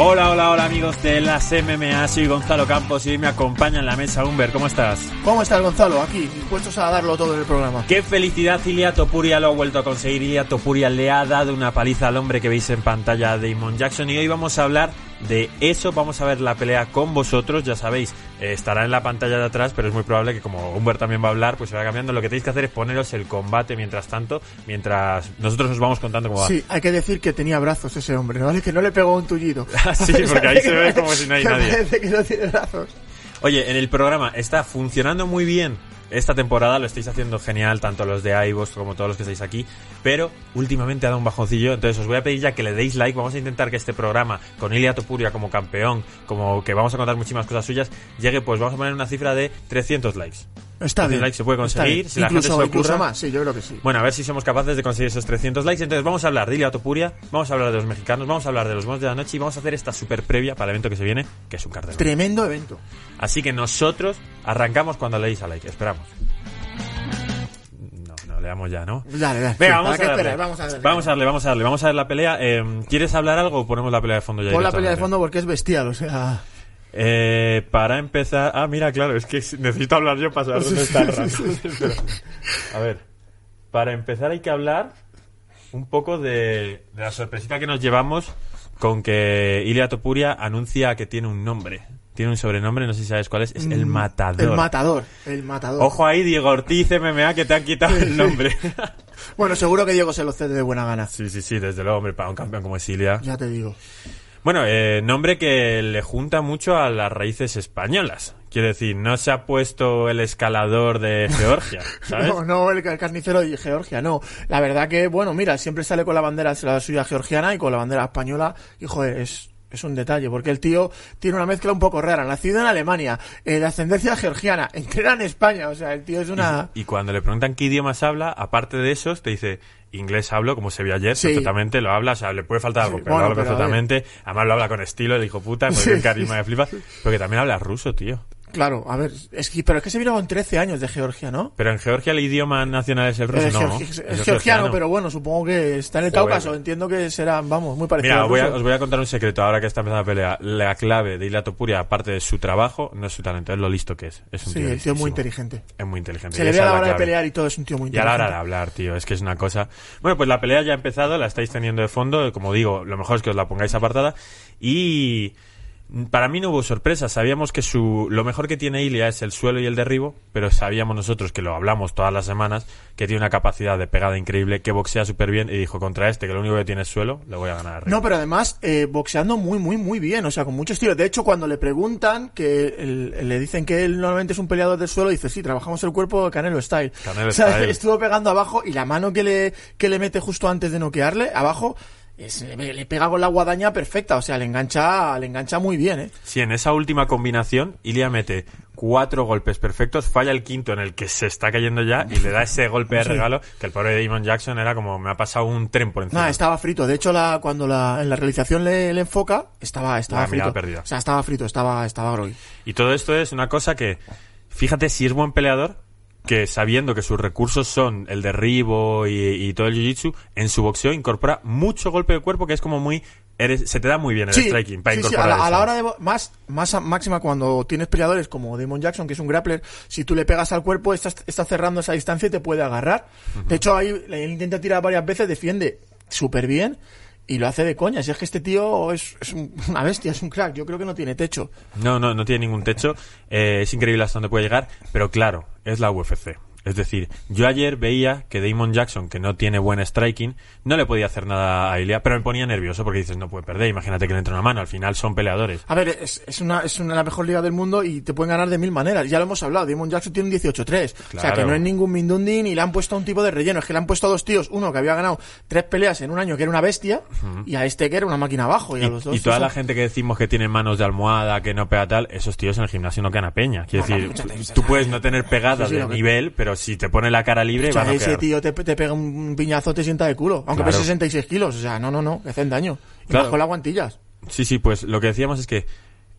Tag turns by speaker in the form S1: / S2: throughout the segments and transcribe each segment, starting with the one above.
S1: Hola, hola, hola amigos de las MMA, soy Gonzalo Campos y me acompaña en la mesa Humber, ¿cómo estás?
S2: ¿Cómo estás, Gonzalo? Aquí, dispuestos a darlo todo en el programa.
S1: Qué felicidad, Ilia Topuria lo ha vuelto a conseguir, Ilia Topuria le ha dado una paliza al hombre que veis en pantalla, Damon Jackson, y hoy vamos a hablar de eso, vamos a ver la pelea con vosotros, ya sabéis, eh, estará en la pantalla de atrás, pero es muy probable que como Humbert también va a hablar, pues se va cambiando, lo que tenéis que hacer es poneros el combate mientras tanto, mientras nosotros os vamos contando cómo va.
S2: Sí, hay que decir que tenía brazos ese hombre, ¿vale? Que no le pegó un tullido.
S1: Sí, porque ahí se ve como si no hay
S2: Que
S1: nadie.
S2: Parece que no tiene brazos.
S1: Oye, en el programa está funcionando muy bien esta temporada, lo estáis haciendo genial, tanto los de iVoox como todos los que estáis aquí, pero últimamente ha dado un bajoncillo, entonces os voy a pedir ya que le deis like, vamos a intentar que este programa, con Ilia Topuria como campeón, como que vamos a contar muchísimas cosas suyas, llegue, pues vamos a poner una cifra de 300 likes.
S2: Está
S1: Hace
S2: bien.
S1: like se puede
S2: está bien.
S1: conseguir, si la gente
S2: incluso,
S1: se lo
S2: incluso
S1: ocurra.
S2: más, sí, yo creo que sí.
S1: Bueno, a ver si somos capaces de conseguir esos 300 likes. Entonces vamos a hablar de Ilia Topuria, vamos a hablar de los mexicanos, vamos a hablar de los monos de la noche y vamos a hacer esta super previa para el evento que se viene, que es un cartel.
S2: Tremendo evento.
S1: Así que nosotros arrancamos cuando le deis a like. Esperamos. No, no, le damos ya, ¿no?
S2: Dale, dale. Sí,
S1: Venga, vamos,
S2: ¿para
S1: a
S2: qué
S1: darle.
S2: esperar? Vamos a darle.
S1: vamos a darle, vamos a darle, vamos a ver la pelea. Eh, ¿Quieres hablar algo o ponemos la pelea de fondo ya?
S2: Pon la pelea de
S1: directamente?
S2: fondo porque es bestial, o sea...
S1: Eh, para empezar... Ah, mira, claro, es que necesito hablar yo para saber dónde está el rato. Espera. A ver, para empezar hay que hablar un poco de, de la sorpresita que nos llevamos con que Ilia Topuria anuncia que tiene un nombre. Tiene un sobrenombre, no sé si sabes cuál es. Es el Matador.
S2: mm, El matador. El matador.
S1: Ojo ahí, Diego Ortiz MMA, que te han quitado el nombre.
S2: Bueno, seguro que Diego se lo cede de buena gana.
S1: sí, sí, sí, desde luego, hombre, para un campeón como Silia.
S2: Ya te digo.
S1: Bueno, eh, nombre que le junta mucho a las raíces españolas. Quiere decir, no se ha puesto el escalador de Georgia, ¿sabes?
S2: No, no, el, el carnicero de Georgia, no. La verdad que, bueno, mira, siempre sale con la bandera la suya georgiana y con la bandera española. Y joder, es, es un detalle, porque el tío tiene una mezcla un poco rara. Nacido en Alemania, eh, de ascendencia georgiana, entera en España. O sea, el tío es una.
S1: Y cuando le preguntan qué idiomas habla, aparte de esos, te dice, inglés hablo, como se vio ayer,
S2: Sí.
S1: perfectamente, lo habla, o sea, le puede faltar algo,
S2: Sí,
S1: pero
S2: bueno,
S1: lo habla
S2: pero a ver.
S1: perfectamente. Además lo habla con estilo, el hijo puta, con
S2: Sí,
S1: un carisma de flipa. Porque también habla ruso, tío.
S2: Claro, a ver, es que, pero es que se vino con 13 años de Georgia, ¿no?
S1: Pero en Georgia el idioma nacional es el ruso,
S2: Eh,
S1: no,
S2: georgi-
S1: ¿no? Es
S2: es
S1: el
S2: georgiano,
S1: georgiano.
S2: pero bueno, supongo que está en el
S1: Joder.
S2: Cáucaso. Entiendo que será, vamos, muy parecido.
S1: Mira,
S2: al
S1: voy a-
S2: ruso.
S1: os voy a contar un secreto ahora que está empezando la pelea. La clave de Ilia Topuria, aparte de su trabajo, no es su talento, es lo listo que es. Es un
S2: Sí,
S1: tío,
S2: el tío es
S1: listísimo.
S2: muy inteligente.
S1: Es muy inteligente.
S2: Se
S1: y
S2: le ve
S1: esa
S2: a
S1: es
S2: la hora de
S1: clave.
S2: pelear y todo, es un tío muy
S1: Y a la
S2: inteligente.
S1: hora de hablar, tío, es que es una cosa. Bueno, pues la pelea ya ha empezado, la estáis teniendo de fondo. Como digo, lo mejor es que os la pongáis apartada. Y para mí no hubo sorpresa. Sabíamos que su lo mejor que tiene Ilia es el suelo y el derribo, pero sabíamos nosotros que lo hablamos todas las semanas, que tiene una capacidad de pegada increíble, que boxea súper bien. Y dijo, contra este, que lo único que tiene es suelo, le voy a ganar. arriba".
S2: No, pero además eh, boxeando muy, muy, muy bien, o sea, con muchos tiros. De hecho, cuando le preguntan, que el- le dicen que él normalmente es un peleador del suelo, dice, sí, trabajamos el cuerpo Canelo Style.
S1: Canelo
S2: O sea,
S1: Style.
S2: estuvo pegando abajo y la mano que le, que le mete justo antes de noquearle, abajo, es- le le pega con la guadaña perfecta, o sea, le engancha, le engancha muy bien, ¿eh?
S1: Sí, en esa última combinación, Ilia mete cuatro golpes perfectos, falla el quinto en el que se está cayendo ya y le da ese golpe de regalo que el pobre Damon Jackson era como me ha pasado un tren por encima.
S2: Nada, estaba frito. De hecho, la, cuando la, en la realización le, le enfoca, estaba, estaba
S1: La mirada
S2: frito.
S1: perdida.
S2: O sea, estaba frito, estaba, estaba groggy.
S1: Y todo esto es una cosa que, fíjate si es buen peleador, que sabiendo que sus recursos son el derribo y, y todo el jiu-jitsu, en su boxeo incorpora mucho golpe de cuerpo que es como muy... eres- se te da muy bien el striking para
S2: sí, sí, a,
S1: incorporar
S2: la, a la
S1: eso.
S2: hora de bo- más, más a- máxima cuando tienes peleadores como Damon Jackson que es un grappler si tú le pegas al cuerpo estás, estás cerrando esa distancia y te puede agarrar de hecho ahí él intenta tirar varias veces defiende súper bien y lo hace de coña si es que este tío es, es un- una bestia es un crack yo creo que no tiene techo
S1: No, no, no tiene ningún techo. Eh, es increíble hasta dónde puede llegar. Pero claro, es la UFC. Es decir, yo ayer veía que Damon Jackson, que no tiene buen striking, no le podía hacer nada a Ilia, pero me ponía nervioso porque dices, no puede perder, imagínate que le entra una mano, al final son peleadores.
S2: a ver es, es una es una de las mejor liga del mundo y te pueden ganar de mil maneras ya lo hemos hablado Damon Jackson tiene un 18-3 o sea
S1: Claro.
S2: que no es ningún mindundi ni le han puesto a un tipo de relleno es que le han puesto a dos tíos uno que había ganado tres peleas en un año que era una bestia y a este que era una máquina abajo y, a los dos
S1: Y toda
S2: o sea,
S1: la gente que decimos que tiene manos de almohada, que no pega tal, esos tíos en el gimnasio no quedan a peña. Quiero
S2: No, no,
S1: decir,
S2: escúchate,
S1: tú-
S2: escúchate.
S1: tú puedes no tener pegada
S2: Sí, sí,
S1: de
S2: lo que-
S1: nivel, pero si te pone la cara libre,
S2: o
S1: van
S2: sea,
S1: a
S2: ese
S1: pegar.
S2: tío te, te pega un piñazo te sienta de culo aunque
S1: Claro.
S2: pese 66 kilos o sea no no no que hacen daño y
S1: Claro.
S2: más con las guantillas
S1: Sí, sí, pues lo que decíamos es que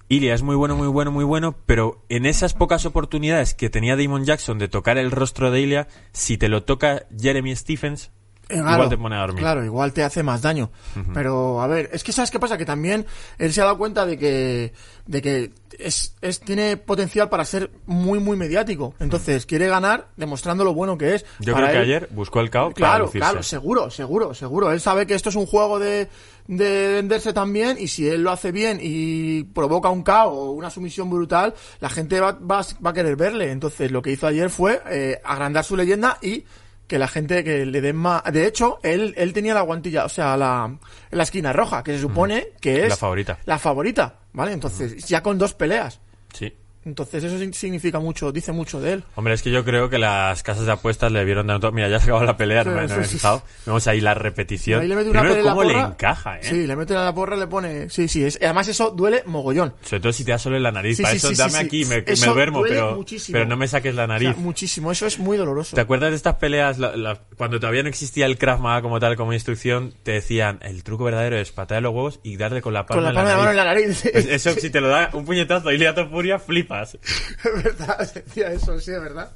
S1: Ilia es muy bueno, muy bueno, muy bueno, pero en esas pocas oportunidades que tenía Damon Jackson de tocar el rostro de Ilia, si te lo toca Jeremy Stephens, igual te pone a dormir.
S2: Eh, Claro, igual te hace más daño. Pero, a ver, es que ¿sabes qué pasa? Que también él se ha dado cuenta de que, de que es, es, tiene potencial para ser muy, muy mediático. Entonces, quiere ganar demostrando lo bueno que es.
S1: Yo
S2: Para
S1: creo que
S2: él-
S1: ayer buscó el caos para
S2: Claro,
S1: lucirse.
S2: claro, seguro, seguro, seguro. Él sabe que esto es un juego de, de venderse también y si él lo hace bien y provoca un caos o una sumisión brutal, la gente va, va, va a querer verle. Entonces lo que hizo ayer fue eh, agrandar su leyenda y que la gente que le den más... De hecho, él, él tenía la guantilla, o sea, la, la esquina roja, que se supone que es...
S1: La favorita.
S2: La favorita, ¿vale? Entonces, ya con dos peleas.
S1: Sí.
S2: Entonces eso sin- significa mucho, dice mucho de él.
S1: Hombre, es que yo creo que las casas de apuestas le vieron dando todo. Mira, ya se acabó la pelea, no
S2: Sí,
S1: me- no
S2: sí,
S1: me he
S2: sí,
S1: fijado. Vemos ahí la repetición.
S2: Ahí le mete una
S1: Primero,
S2: pela en la
S1: cómo le
S2: porra.
S1: encaja, ¿eh?
S2: Sí, le mete la porra, le pone. Sí, sí. Es... Además, eso duele mogollón.
S1: Sobre todo si te da solo en la nariz.
S2: Sí,
S1: Para
S2: sí,
S1: eso
S2: sí, sí,
S1: dame
S2: sí.
S1: aquí, me, me
S2: Eso
S1: duermo,
S2: duele
S1: pero,
S2: muchísimo.
S1: pero no me saques la
S2: O sea,
S1: nariz.
S2: muchísimo. Eso es muy doloroso.
S1: ¿Te acuerdas de estas peleas la- la- cuando todavía no existía el Krav Maga como tal, como instrucción? Te decían, el truco verdadero es patear los huevos y darle con la palma,
S2: Con la
S1: en
S2: palma de la mano en la nariz.
S1: Pues eso, si te lo da un puñetazo y le da tu furia, flipas.
S2: Es verdad, se decía eso, sí, es verdad.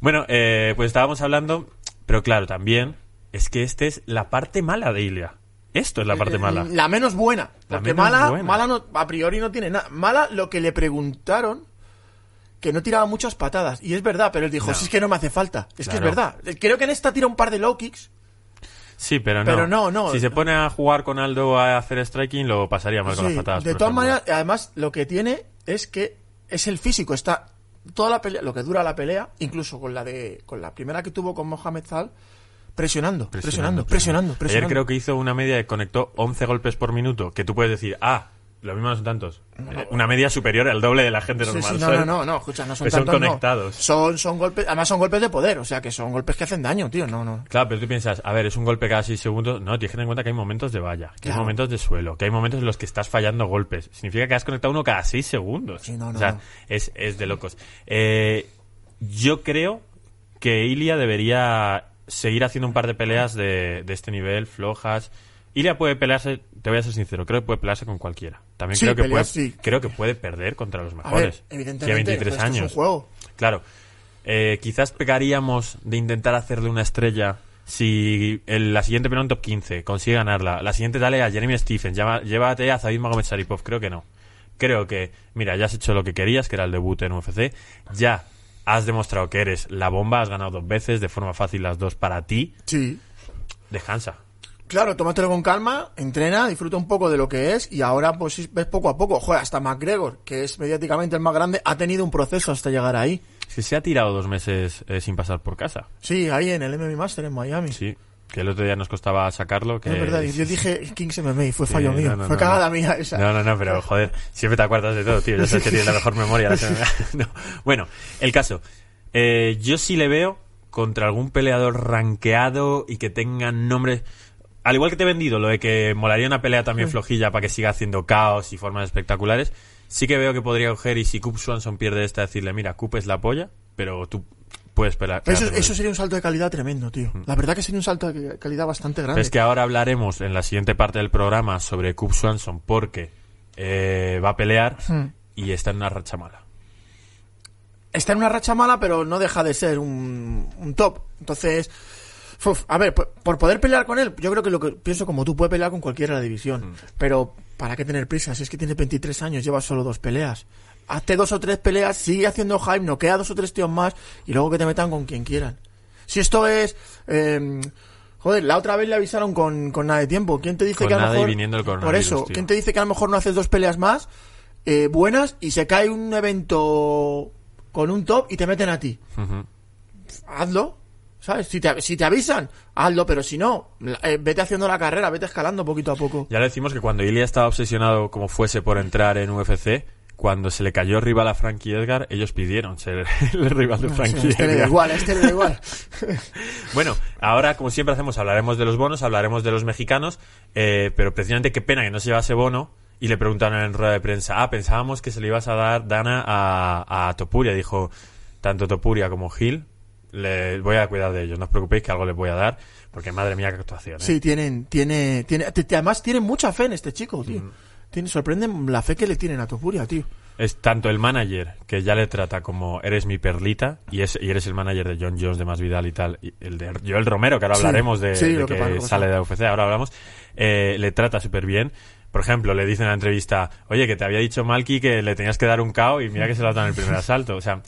S1: Bueno, eh, pues estábamos hablando, pero claro, también es que esta es la parte mala de Ilia. Esto es la parte
S2: Eh,
S1: mala.
S2: La menos buena.
S1: La
S2: Porque
S1: menos
S2: mala,
S1: buena.
S2: mala no, a priori no tiene nada. Mala lo que le preguntaron. Que no tiraba muchas patadas. Y es verdad, pero él dijo,
S1: No.
S2: si es que no me hace falta. Es que
S1: Claro.
S2: es verdad. Creo que en esta tira un par de low kicks.
S1: Sí, pero no.
S2: Pero no, no.
S1: Si se pone a jugar con Aldo a hacer striking, lo pasaría mal con
S2: Sí,
S1: las patadas.
S2: De
S1: por
S2: todas
S1: ejemplo.
S2: maneras, además, lo que tiene es que es el físico. Está toda la pelea, lo que dura la pelea, incluso con la de con la primera que tuvo con Mohamed Zal, presionando, presionando, presionando, presionando.
S1: Ayer creo que hizo una media que conectó 11 golpes por minuto, que tú puedes decir, ah, lo mismo no son tantos. Eh, Una media superior al doble de la gente
S2: Sí,
S1: normal.
S2: sí, no,
S1: ¿sabes?
S2: no, no, no, escucha, no son
S1: Pero son
S2: tantos, no.
S1: conectados.
S2: Son, son golpes, además son golpes de poder, o sea que son golpes que hacen daño, tío, no, no.
S1: Claro, pero tú piensas, a ver, es un golpe cada 6 segundos. No, tienes que tener en cuenta que hay momentos de valla, que hay
S2: Claro.
S1: momentos de suelo, que hay momentos en los que estás fallando golpes. Significa que has conectado uno cada 6 segundos.
S2: Sí, no, no,
S1: o sea,
S2: no.
S1: es, es de locos. Eh, yo creo que Ilia debería seguir haciendo un par de peleas de, de este nivel, flojas. Ilia puede pelearse, te voy a ser sincero, creo que puede pelearse con cualquiera. También
S2: Sí,
S1: creo, que puede,
S2: pelear, sí.
S1: creo que puede perder contra los
S2: A
S1: mejores.
S2: ver, evidentemente,
S1: Tiene 23
S2: pero esto es
S1: años.
S2: un juego.
S1: Claro. Eh, quizás pecaríamos de intentar hacerle una estrella si el- la siguiente pelea en top 15 consigue ganarla. La siguiente dale a Jeremy Stephens. llama- llévate a Zabit Magomed Sharipov. Creo que no. Creo que, mira, ya has hecho lo que querías, que era el debut en UFC. Ya has demostrado que eres la bomba. Has ganado dos veces de forma fácil las dos para ti.
S2: Sí.
S1: Descansa.
S2: Claro, tómatelo con calma, entrena, disfruta un poco de lo que es y ahora pues es- ves poco a poco. Joder, hasta McGregor, que es mediáticamente el más grande, ha tenido un proceso hasta llegar ahí.
S1: Si se ha tirado dos meses eh, sin pasar por casa.
S2: Sí, ahí en el MMA Master en Miami.
S1: Sí. Que el otro día nos costaba sacarlo. Que
S2: Es verdad, y yo dije Kings MMA y fue
S1: Sí,
S2: fallo
S1: no,
S2: mío,
S1: no,
S2: fue
S1: no,
S2: cagada
S1: no.
S2: mía esa.
S1: No, no, no, pero joder, siempre te acuerdas de todo, tío. Ya sabes que tienes la mejor memoria. la semana. No. Bueno, el caso. Eh, yo sí le veo contra algún peleador ranqueado y que tenga nombre. Al igual que te he vendido lo de que molaría una pelea
S2: Mm.
S1: también flojilla para que siga haciendo caos y formas espectaculares, sí que veo que podría coger y si Coop Swanson pierde esta, decirle, mira, Coop es la polla, pero tú puedes pelear.
S2: Eso,
S1: pelearte con
S2: eso
S1: él".
S2: sería un salto de calidad tremendo, tío. La verdad que sería un salto de ca- calidad bastante grande.
S1: Mm. Es que ahora hablaremos en la siguiente parte del programa sobre Coop Swanson porque eh, va a pelear
S2: Hmm.
S1: y está en una racha mala.
S2: Está en una racha mala, pero no deja de ser un, un top. Entonces, fuf, a ver, por, por poder pelear con él, yo creo que lo que pienso como tú puede pelear con cualquiera de la división.
S1: Mm.
S2: Pero, ¿para qué tener prisa? Si es que tiene 23 años, lleva solo dos peleas. Hazte dos o tres peleas, sigue haciendo hype, noquea dos o tres tíos más y luego que te metan con quien quieran. Si esto es... eh, joder, la otra vez le avisaron con, con nada de tiempo. ¿Quién te dice
S1: Con
S2: que a lo
S1: nada y
S2: mejor...
S1: viniendo el
S2: por
S1: coronavirus,
S2: eso,
S1: tío.
S2: ¿quién te dice que a lo mejor no haces dos peleas más eh, buenas y se cae un evento con un top y te meten a ti?
S1: Ujú.
S2: hazlo. ¿Sabes? Si te, si te avisan, hazlo, pero si no, la- eh, vete haciendo la carrera, vete escalando poquito a poco.
S1: Ya le decimos que cuando Ilya estaba obsesionado como fuese por entrar en UFC, cuando se le cayó rival a Frankie Edgar, ellos pidieron ser el rival de
S2: Sí,
S1: Frankie
S2: a este le da
S1: Edgar.
S2: igual, a este le da igual.
S1: Bueno, ahora como siempre hacemos, hablaremos de los bonos, hablaremos de los mexicanos, eh, pero precisamente qué pena que no se llevase bono. Y le preguntaron en rueda de prensa, ah, pensábamos que se le ibas a dar Dana a, a Topuria. Dijo, tanto Topuria como Gil, les voy a cuidar de ellos, no os preocupéis que algo les voy a dar, porque madre mía, qué actuación. ¿eh?
S2: Sí, tienen, tiene, Mm. tiene, te- te- además tienen mucha fe en este chico, tío. Tiene, sorprenden la fe que le tienen a Topuria, tío.
S1: es tanto el manager, que ya le trata como eres mi perlita, y, es, y eres el manager de John Jones, de Más Vidal y tal, y el de Joel Romero, que ahora
S2: Sí,
S1: hablaremos de,
S2: sí,
S1: de
S2: lo
S1: que,
S2: que pasa, lo que pasa.
S1: sale de la UFC, ahora hablamos, eh, le trata súper bien. Por ejemplo, le dice en la entrevista, oye, que te había dicho Malky que le tenías que dar un KO y mira que se lo ha dado en el primer asalto. O sea,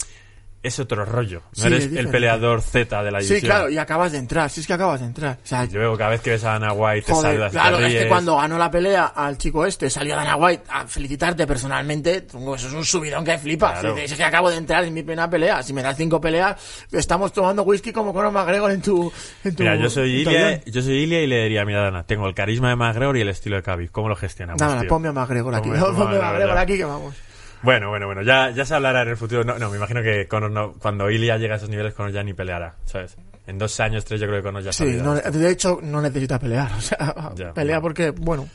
S1: es otro rollo. No
S2: Sí,
S1: eres
S2: es
S1: el
S2: diferente.
S1: peleador Z de la
S2: Sí,
S1: división.
S2: claro, y acabas de entrar, si es que acabas de entrar. O sea,
S1: Y luego cada vez que ves a Ana White te
S2: Joder,
S1: saludas y te
S2: claro, es
S1: ríes.
S2: que cuando ganó la pelea al chico este, salió Dana White a felicitarte personalmente. tronco, Eso es un subidón que flipas.
S1: Claro.
S2: Y dices, Es que acabo de entrar en mi primera pelea. Si me das cinco peleas, estamos tomando whisky como Conor McGregor en tu. En tu
S1: Mira, yo soy,
S2: en tu
S1: Ilia,
S2: avión.
S1: yo soy Ilia y le diría, mira, Dana, tengo el carisma de McGregor y el estilo de Khabib. ¿Cómo lo gestionamos,
S2: Dámela,
S1: tío?
S2: ponme a McGregor aquí.
S1: Ponme- ponme a
S2: Ponme a
S1: McGregor,
S2: McGregor
S1: ya.
S2: aquí que vamos.
S1: Bueno, bueno, bueno, ya, ya se hablará en el futuro. No, no me imagino que Conor no- cuando Ilia llega a esos niveles, Conor ya ni peleará, ¿sabes? En dos años, tres, yo creo que Conor ya se
S2: Sí,
S1: olvidará
S2: no-
S1: de esto.
S2: de hecho, no necesita pelear. O sea,
S1: Ya,
S2: pelea
S1: ya.
S2: porque, bueno.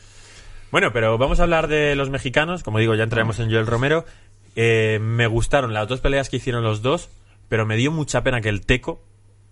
S1: Bueno, pero vamos a hablar de los mexicanos. Como digo, ya entraremos en Joel Romero. Eh, me gustaron las dos peleas que hicieron los dos, pero me dio mucha pena que el Teco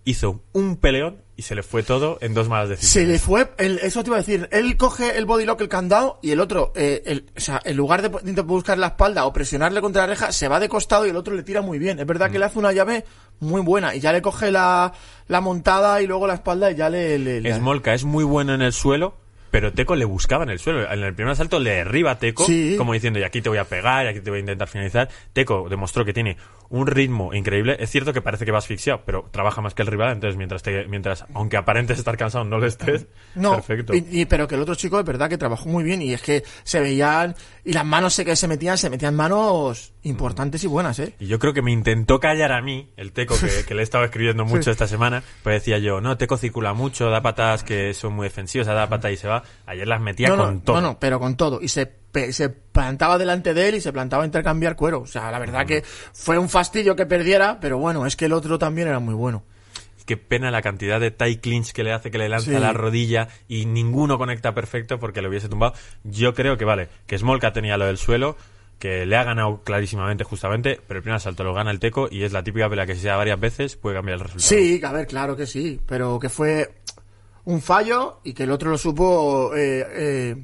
S1: hizo un peleón y se le fue todo en dos malas
S2: Se
S1: decisiones.
S2: le fue, el- eso te iba a decir, él coge el body lock, el candado, y el otro, eh, el- o sea, en lugar de, po- de buscar la espalda o presionarle contra la reja, se va de costado y el otro le tira muy bien. Es verdad
S1: Mm.
S2: que le hace una llave muy buena y ya le coge la, la montada y luego la espalda y ya le... le- le-
S1: Smolka es muy bueno en el suelo, pero Teco le buscaba en el suelo. En el primer asalto le derriba a Teco,
S2: Sí.
S1: como diciendo, y aquí te voy a pegar, y aquí te voy a intentar finalizar. Teco demostró que tiene un ritmo increíble. Es cierto que parece que va asfixiado, pero trabaja más que el rival, entonces mientras, te- mientras aunque aparentes estar cansado, no lo estés.
S2: No,
S1: perfecto.
S2: y- y- pero que el otro chico es verdad que trabajó muy bien y es que se veían y las manos se que se metían, se metían manos importantes y buenas, ¿eh?
S1: Y yo creo que me intentó callar a mí, el Teco, que, que le he estado escribiendo mucho esta semana, pues decía yo, no, Teco circula mucho, da patadas que son muy defensivas, da patada y se va. Ayer las metía
S2: no,
S1: con
S2: no,
S1: todo.
S2: No, no, pero con todo. Y se, pe- se plantaba delante de él y se plantaba a intercambiar cuero. O sea, la verdad que fue un fastidio que perdiera, pero bueno, es que el otro también era muy bueno.
S1: Qué pena la cantidad de tie clinch que le hace, que le lanza
S2: Sí.
S1: la rodilla y ninguno conecta perfecto porque lo hubiese tumbado. Yo creo que vale, que Smolka tenía lo del suelo, que le ha ganado clarísimamente justamente, pero el primer asalto lo gana el Teco y es la típica pelea que si se da varias veces puede cambiar el resultado.
S2: Sí, a ver, claro que sí, pero que fue un fallo y que el otro lo supo... eh, eh,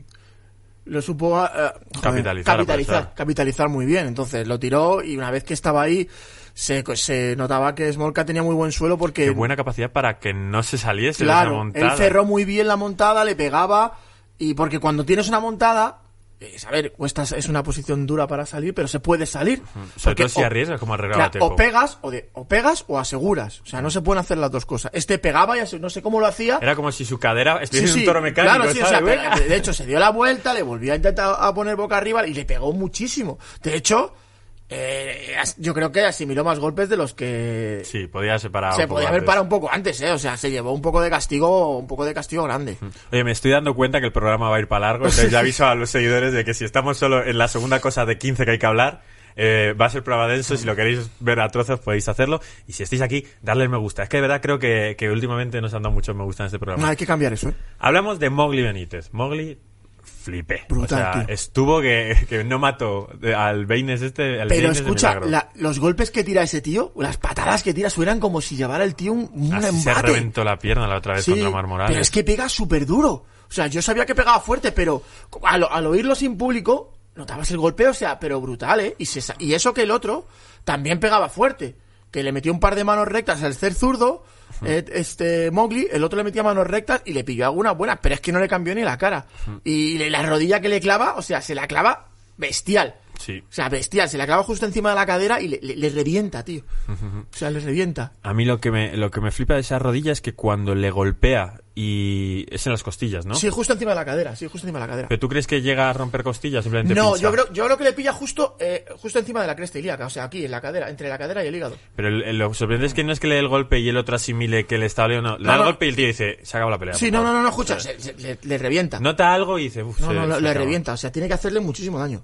S2: lo supo eh, joder,
S1: Capitalizar, aprovechar.
S2: capitalizar, capitalizar muy bien. Entonces lo tiró y una vez que estaba ahí se, se notaba que Smolka tenía muy buen suelo porque
S1: Qué buena capacidad para que no se saliese de esa
S2: Claro, él
S1: montada.
S2: cerró muy bien la montada, le pegaba. Y porque cuando tienes una montada, es, a ver, cuesta, es una posición dura para salir, pero se puede salir.
S1: Sobre
S2: Porque
S1: todo si
S2: o-
S1: arriesgas como arreglaba
S2: claro,
S1: Teco.
S2: o pegas o, de- o pegas o aseguras. O sea, no se pueden hacer las dos cosas. Este pegaba y ase- no sé cómo lo hacía.
S1: Era como si su cadera
S2: Sí,
S1: estuviese en
S2: sí,
S1: un toro mecánico.
S2: claro, sí, o
S1: ¿sabes?
S2: sea, pero, de hecho se dio la vuelta, le volvió a intentar a poner boca arriba y le pegó muchísimo. De hecho, eh, as- yo creo que asimiló más golpes de los que
S1: Sí, podía separar.
S2: se
S1: Ah, un poco
S2: podía haber
S1: antes.
S2: parado un poco antes, ¿eh? O sea, se llevó un poco de castigo, un poco de castigo grande.
S1: Oye, me estoy dando cuenta que el programa va a ir para largo, entonces ya aviso a los seguidores de que si estamos solo en la segunda cosa de 15 que hay que hablar, eh, va a ser programa denso. Si lo queréis ver a trozos, podéis hacerlo. Y si estáis aquí, darle el me gusta. Es que de verdad creo que, que últimamente nos han dado muchos me gusta en este programa.
S2: No, hay que cambiar eso, ¿eh?
S1: Hablamos de Mowgli Benítez. Mowgli, flipé.
S2: Brutal,
S1: o sea,
S2: tío.
S1: estuvo que, que no mató de- al Baines este. Al
S2: Pero
S1: Baines de
S2: escucha,
S1: milagro.
S2: la- los golpes que tira ese tío, las patadas que tira, suenan como si llevara el tío un, un
S1: Así se
S2: embate.
S1: reventó la pierna la otra vez
S2: Sí,
S1: contra Omar Morales.
S2: pero es que pega súper duro. O sea, yo sabía que pegaba fuerte, pero al, al oírlo sin público, notabas el golpeo, o sea, pero brutal, ¿eh? Y, se sa- y eso que el otro también pegaba fuerte. Que le metió un par de manos rectas al ser zurdo, eh, este Mowgli, el otro le metía manos rectas y le pilló algunas buenas, pero es que no le cambió ni la cara. Y le- la rodilla que le clava, o sea, se la clava bestial.
S1: Sí.
S2: O sea, bestial, se la clava justo encima de la cadera y le, le- le revienta, tío. O sea, le revienta.
S1: A mí lo que me, lo que me flipa de esa rodilla es que cuando le golpea y es en las costillas, ¿no?
S2: Sí, justo encima de la cadera, sí, justo encima de la cadera.
S1: ¿Pero tú crees que llega a romper costillas? Simplemente
S2: No,
S1: pincha?
S2: yo creo, yo creo que le pilla justo, eh, justo encima de la cresta ilíaca, o sea, aquí, en la cadera, entre la cadera y el hígado.
S1: Pero el- el- lo sorprendente es que no es que le dé el golpe y el otro asimile que le está doliendo. no. Le da
S2: No,
S1: el
S2: no.
S1: golpe y el tío dice, se acaba la pelea.
S2: Sí,
S1: por
S2: no,
S1: favor".
S2: no, no, no, escucha, se- se- le, le revienta. No,
S1: Nota algo y dice, uff,
S2: no, no, le revienta, o sea, tiene que hacerle muchísimo daño.